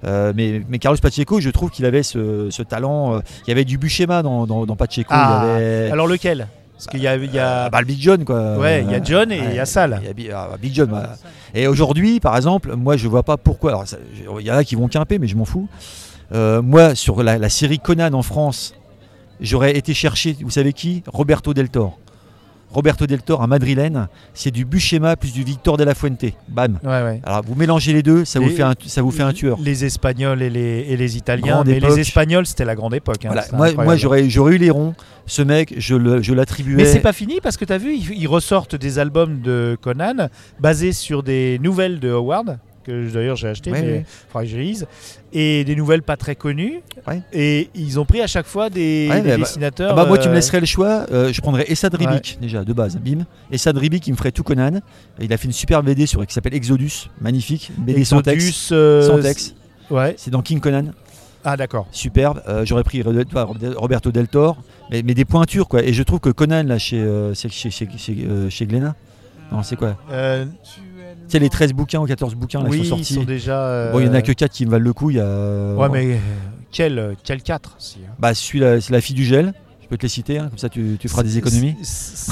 Speaker 2: euh, mais, mais Carlos Pacheco, je trouve qu'il avait ce, ce talent. euh, il y avait du Buchema dans, dans, dans Pacheco.
Speaker 1: Ah,
Speaker 2: il y avait,
Speaker 1: Alors lequel Parce qu'il y a, il y a-
Speaker 2: euh, bah, le Big John quoi.
Speaker 1: ouais, il y a John et
Speaker 2: Ouais,
Speaker 1: il y a Sal.
Speaker 2: il y a Bi- ah, bah, Big John. voilà. Et aujourd'hui, par exemple, moi je vois pas pourquoi. alors, ça- je- Il y en a qui vont quimper, mais je m'en fous. Euh, moi, sur la, la série Conan en France, j'aurais été chercher, vous savez qui Roberto Del Toro. Roberto Del Toro, un madrilène, c'est du Buchema plus du Victor de la Fuente. Bam.
Speaker 1: Ouais, ouais.
Speaker 2: Alors vous mélangez les deux, ça vous
Speaker 1: Et-
Speaker 2: fait un, ça vous fait un tueur.
Speaker 1: Les Espagnols et les, et les Italiens.
Speaker 2: Grande
Speaker 1: mais
Speaker 2: époque.
Speaker 1: les Espagnols, c'était la grande époque. hein,
Speaker 2: Voilà.
Speaker 1: c'était
Speaker 2: Moi,
Speaker 1: incroyable.
Speaker 2: moi j'aurais, j'aurais eu les ronds. Ce mec, je, le- je l'attribuais.
Speaker 1: Mais c'est pas fini parce que tu as vu, ils, ils ressortent des albums de Conan basés sur des nouvelles de Howard que je- d'ailleurs j'ai acheté,
Speaker 2: Ouais,
Speaker 1: mais
Speaker 2: ouais.
Speaker 1: faudra que je les lise, et des nouvelles pas très connues.
Speaker 2: Ouais.
Speaker 1: Et ils ont pris à chaque fois des,
Speaker 2: Ouais,
Speaker 1: des
Speaker 2: mais bah-
Speaker 1: dessinateurs.
Speaker 2: Ah bah, moi, tu me
Speaker 1: euh,
Speaker 2: laisserais le choix. euh, je prendrais Essad Ribic, déjà, de base, bim. Essad Ribic, il me ferait tout Conan. Et Il a fait une super BD sur, qui s'appelle Exodus, magnifique. Une BD sans
Speaker 1: Exodus,
Speaker 2: texte.
Speaker 1: euh,
Speaker 2: Sans texte.
Speaker 1: Ouais.
Speaker 2: C'est dans King Conan,
Speaker 1: Ah d'accord.
Speaker 2: superbe. Euh, J'aurais pris Red- pas, Roberto Del Toro, mais, mais des pointures quoi. Et je euh, trouve que Conan là chez euh, c'est- chez, chez, chez, euh, chez Glénat, non c'est quoi
Speaker 1: Euh,
Speaker 2: sais, les 13 bouquins ou 14 bouquins là, qui
Speaker 1: oui,
Speaker 2: Ah, sont
Speaker 1: ils
Speaker 2: sortis.
Speaker 1: sont déjà. euh,
Speaker 2: Bon, il n'y en a que 4 qui me valent le coup. Il y a...
Speaker 1: Ouais, mais euh, quel, quel 4 si, hein.
Speaker 2: bah, celui-là, c'est la fille du gel. Je peux te les citer, hein, comme ça tu, tu feras des économies.
Speaker 1: C'est-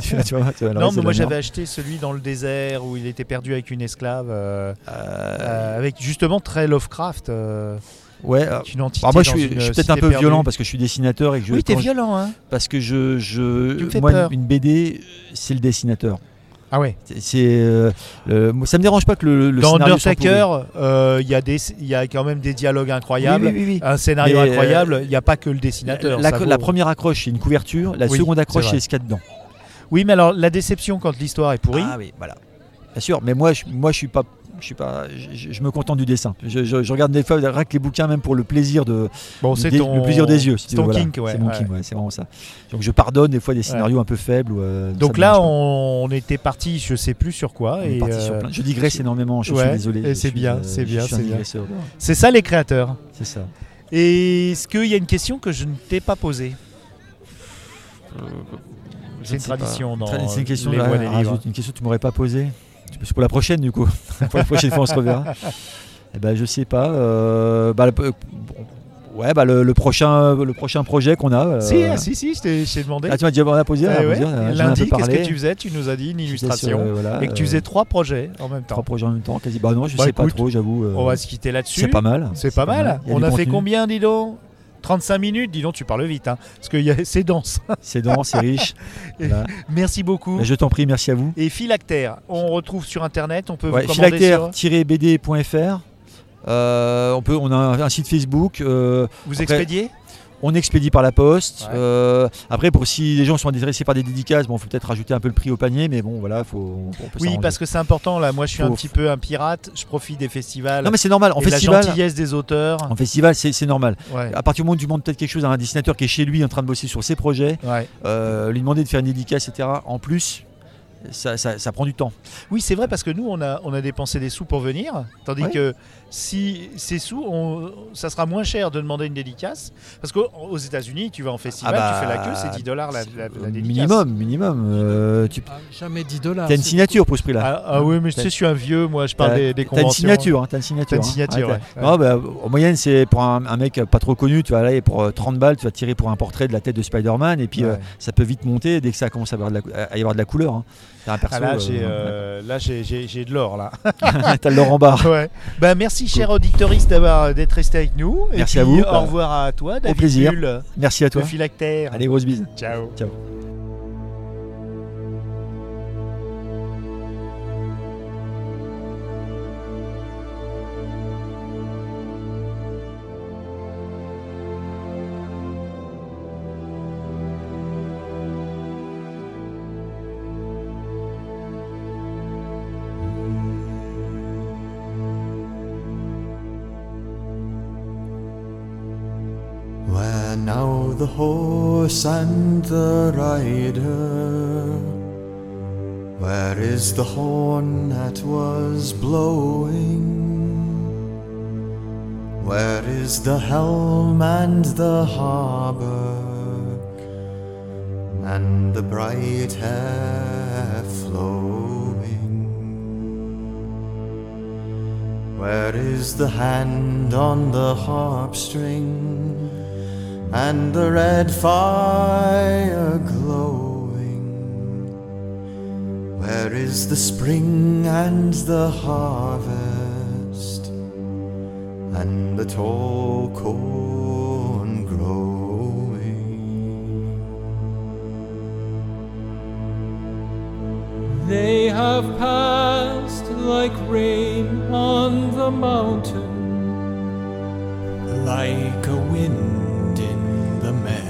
Speaker 2: Tu vois, tu vois, tu vois, alors,
Speaker 1: non,
Speaker 2: c'est de
Speaker 1: mais moi
Speaker 2: la
Speaker 1: j'avais
Speaker 2: merde.
Speaker 1: acheté celui dans le désert où il était perdu avec une esclave, euh,
Speaker 2: Euh,
Speaker 1: euh, avec justement très Lovecraft, euh,
Speaker 2: ouais. euh,
Speaker 1: une entité.
Speaker 2: alors moi, je
Speaker 1: dans
Speaker 2: suis,
Speaker 1: une
Speaker 2: je suis peut-être
Speaker 1: cité
Speaker 2: un peu
Speaker 1: perdue.
Speaker 2: violent parce que je suis dessinateur et que je.
Speaker 1: Oui, t'es
Speaker 2: quand je-
Speaker 1: violent, hein.
Speaker 2: Parce que je, je-
Speaker 1: Tu me fais
Speaker 2: moi,
Speaker 1: peur.
Speaker 2: une BD, c'est le dessinateur.
Speaker 1: Ah ouais.
Speaker 2: C'est, c'est, euh, le- moi, ça me dérange pas que le, le
Speaker 1: dans
Speaker 2: scénario soit pourri.
Speaker 1: Undertaker, euh, il y a des, il y a quand même des dialogues incroyables,
Speaker 2: Oui, oui, oui, oui.
Speaker 1: un scénario
Speaker 2: Mais, euh,
Speaker 1: incroyable. Il n'y a pas que le Ah, dessinateur.
Speaker 2: La,
Speaker 1: ça
Speaker 2: la
Speaker 1: vaut.
Speaker 2: première accroche, c'est une couverture. La
Speaker 1: Oui,
Speaker 2: seconde accroche,
Speaker 1: c'est
Speaker 2: c'est
Speaker 1: vrai.
Speaker 2: ce qu'il y a dedans.
Speaker 1: Oui, mais alors la déception quand l'histoire est pourrie.
Speaker 2: Ah oui, voilà. Bien sûr, mais moi, je, moi, je suis pas, je suis pas, je, je me contente du dessin. Je, je- je regarde des fois, rien que les bouquins, même pour le plaisir de,
Speaker 1: bon,
Speaker 2: du
Speaker 1: c'est
Speaker 2: dé-
Speaker 1: ton
Speaker 2: le plaisir des yeux. si
Speaker 1: c'est
Speaker 2: tu
Speaker 1: ton
Speaker 2: veux, voilà.
Speaker 1: kink, ouais,
Speaker 2: C'est mon
Speaker 1: ouais.
Speaker 2: kink, ouais, c'est vraiment ça. Donc je pardonne des fois des scénarios un peu faibles. ou, euh, ça
Speaker 1: Donc
Speaker 2: me
Speaker 1: là,
Speaker 2: dérange pas.
Speaker 1: on, on était parti, je sais plus sur quoi.
Speaker 2: On
Speaker 1: et,
Speaker 2: est parti sur
Speaker 1: euh,
Speaker 2: plein- Je digresse énormément. Je
Speaker 1: ouais,
Speaker 2: suis désolé.
Speaker 1: et
Speaker 2: je
Speaker 1: c'est
Speaker 2: suis,
Speaker 1: bien,
Speaker 2: euh,
Speaker 1: c'est
Speaker 2: je
Speaker 1: bien,
Speaker 2: suis un
Speaker 1: c'est bien.
Speaker 2: digresseur, ouais,
Speaker 1: C'est ça les créateurs.
Speaker 2: C'est ça.
Speaker 1: Et est-ce qu'il y a une question que je ne t'ai pas posée
Speaker 2: Je
Speaker 1: C'est une
Speaker 2: ne sais pas.
Speaker 1: tradition dans
Speaker 2: Tra- C'est une question.
Speaker 1: les
Speaker 2: ouais,
Speaker 1: voies des
Speaker 2: rajoute
Speaker 1: livres.
Speaker 2: une question que tu m'aurais pas posée. Tu peux- C'est pour la prochaine du coup. pour la prochaine fois on se reverra. Eh ben je sais pas. euh, bah, le- bon, ouais bah le, le prochain le prochain projet qu'on a. euh,
Speaker 1: Si, ah, si, si, je t'ai je t'ai demandé.
Speaker 2: Ah, tu m'as dit on a posé. on
Speaker 1: Eh
Speaker 2: a
Speaker 1: ouais.
Speaker 2: posé, on a- j'en ai un
Speaker 1: Lundi,
Speaker 2: peu
Speaker 1: qu'est-ce
Speaker 2: parlé.
Speaker 1: que tu faisais Tu nous as dit une
Speaker 2: J'étais sur,
Speaker 1: illustration
Speaker 2: euh, voilà,
Speaker 1: et que tu
Speaker 2: euh,
Speaker 1: faisais trois projets en même temps.
Speaker 2: trois projets en même temps quasi. Bah non je
Speaker 1: Bah,
Speaker 2: sais pas
Speaker 1: écoute,
Speaker 2: trop j'avoue. euh,
Speaker 1: On va se quitter
Speaker 2: c'est
Speaker 1: là-dessus.
Speaker 2: pas mal.
Speaker 1: C'est pas mal.
Speaker 2: Il y
Speaker 1: On
Speaker 2: du
Speaker 1: a fait
Speaker 2: contenu.
Speaker 1: combien, dis donc 35 minutes, dis donc, tu parles vite, hein, parce que y a- c'est dense.
Speaker 2: C'est dense, c'est riche.
Speaker 1: Et-
Speaker 2: Voilà.
Speaker 1: Merci beaucoup.
Speaker 2: Bah, Je t'en prie, merci à vous.
Speaker 1: Et Philactère, on retrouve sur internet, on peut
Speaker 2: Ouais,
Speaker 1: vous commander sur...
Speaker 2: philactère-bd.fr. Euh, on peut, on a un un site Facebook. euh,
Speaker 1: Vous
Speaker 2: Après-
Speaker 1: expédiez
Speaker 2: On expédie par la poste.
Speaker 1: Ouais.
Speaker 2: Euh, après, pour si les gens sont intéressés par des dédicaces, bon, faut peut-être rajouter un peu le prix au panier, mais bon, voilà, faut. on peut
Speaker 1: Oui,
Speaker 2: s'arranger.
Speaker 1: parce que c'est important, là, moi je suis un
Speaker 2: Faut-
Speaker 1: petit peu un pirate, je profite des festivals
Speaker 2: Non, mais c'est normal. En
Speaker 1: et de la
Speaker 2: festival,
Speaker 1: gentillesse des auteurs.
Speaker 2: en festival, c'est c'est normal.
Speaker 1: Ouais,
Speaker 2: À partir du moment où tu demandes peut-être quelque chose à un dessinateur qui est chez lui en train de bosser sur ses projets,
Speaker 1: ouais.
Speaker 2: euh, lui demander de faire une dédicace, etc. En plus, ça, ça- ça prend du temps.
Speaker 1: Oui, c'est vrai, parce que nous, on a, on a dépensé des sous pour venir, tandis
Speaker 2: Ouais.
Speaker 1: que si ces sous, on- ça sera moins cher de demander une dédicace, parce qu'aux États-Unis, tu vas en festival,
Speaker 2: Ah bah,
Speaker 1: tu fais la queue, c'est 10 dollars la, la- la
Speaker 2: Euh,
Speaker 1: dédicace.
Speaker 2: minimum, minimum. Euh, tu
Speaker 3: Ah, jamais 10 dollars.
Speaker 2: as une
Speaker 3: c'est-
Speaker 2: signature pour ce prix-là.
Speaker 1: Ah, ah oui, mais tu sais, je suis un vieux, moi, je parle
Speaker 2: Euh, T'as-
Speaker 1: des, des
Speaker 2: T'as une
Speaker 1: conventions.
Speaker 2: signature, hein, t'as une signature.
Speaker 1: T'as une
Speaker 2: hein.
Speaker 1: signature,
Speaker 2: Ouais,
Speaker 1: ouais,
Speaker 2: t'as- Non, bah, en moyenne, c'est pour un, un mec pas trop connu, tu vas aller pour euh, 30 balles, tu vas tirer pour un portrait de la tête de Spider-Man, et puis
Speaker 1: Ouais.
Speaker 2: euh, ça peut vite monter dès que ça commence à, avoir de la, à y avoir de la couleur. hein. T'as un perso.
Speaker 1: Ah, là,
Speaker 2: euh,
Speaker 1: j'ai euh, là, j'ai- j'ai j'ai de l'or, là.
Speaker 2: t'as le Laurent Barre.
Speaker 1: Ouais. Bah, merci, cher auditoriste, d'avoir euh, d'être resté avec nous. Et
Speaker 2: Merci
Speaker 1: puis,
Speaker 2: à vous.
Speaker 1: Au revoir à toi, David
Speaker 2: plaisir.
Speaker 1: Bull,
Speaker 2: Merci à
Speaker 1: de
Speaker 2: toi.
Speaker 1: Philactère.
Speaker 2: Allez, grosse bise.
Speaker 1: Ciao.
Speaker 4: When now the horse and the rider, where is the horn that was blowing? Where is the helm and the harbor, and the bright hair flowing? Where is the hand on the harp string and the red fire glowing? Where is the spring and the harvest and the tall corn growing?
Speaker 5: They have passed like rain on the mountain,
Speaker 4: like a wind in the meadow?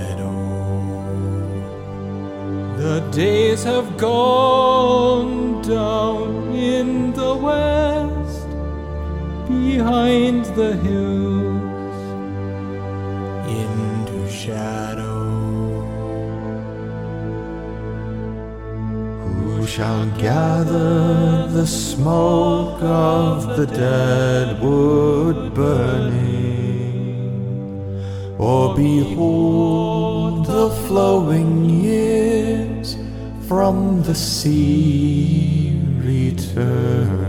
Speaker 5: the days have gone down in the west, behind the hills.
Speaker 4: into shadow. Who shall gather the smoke of the dead wood burning, or behold the flowing years from the sea returning?
Speaker 6: returning.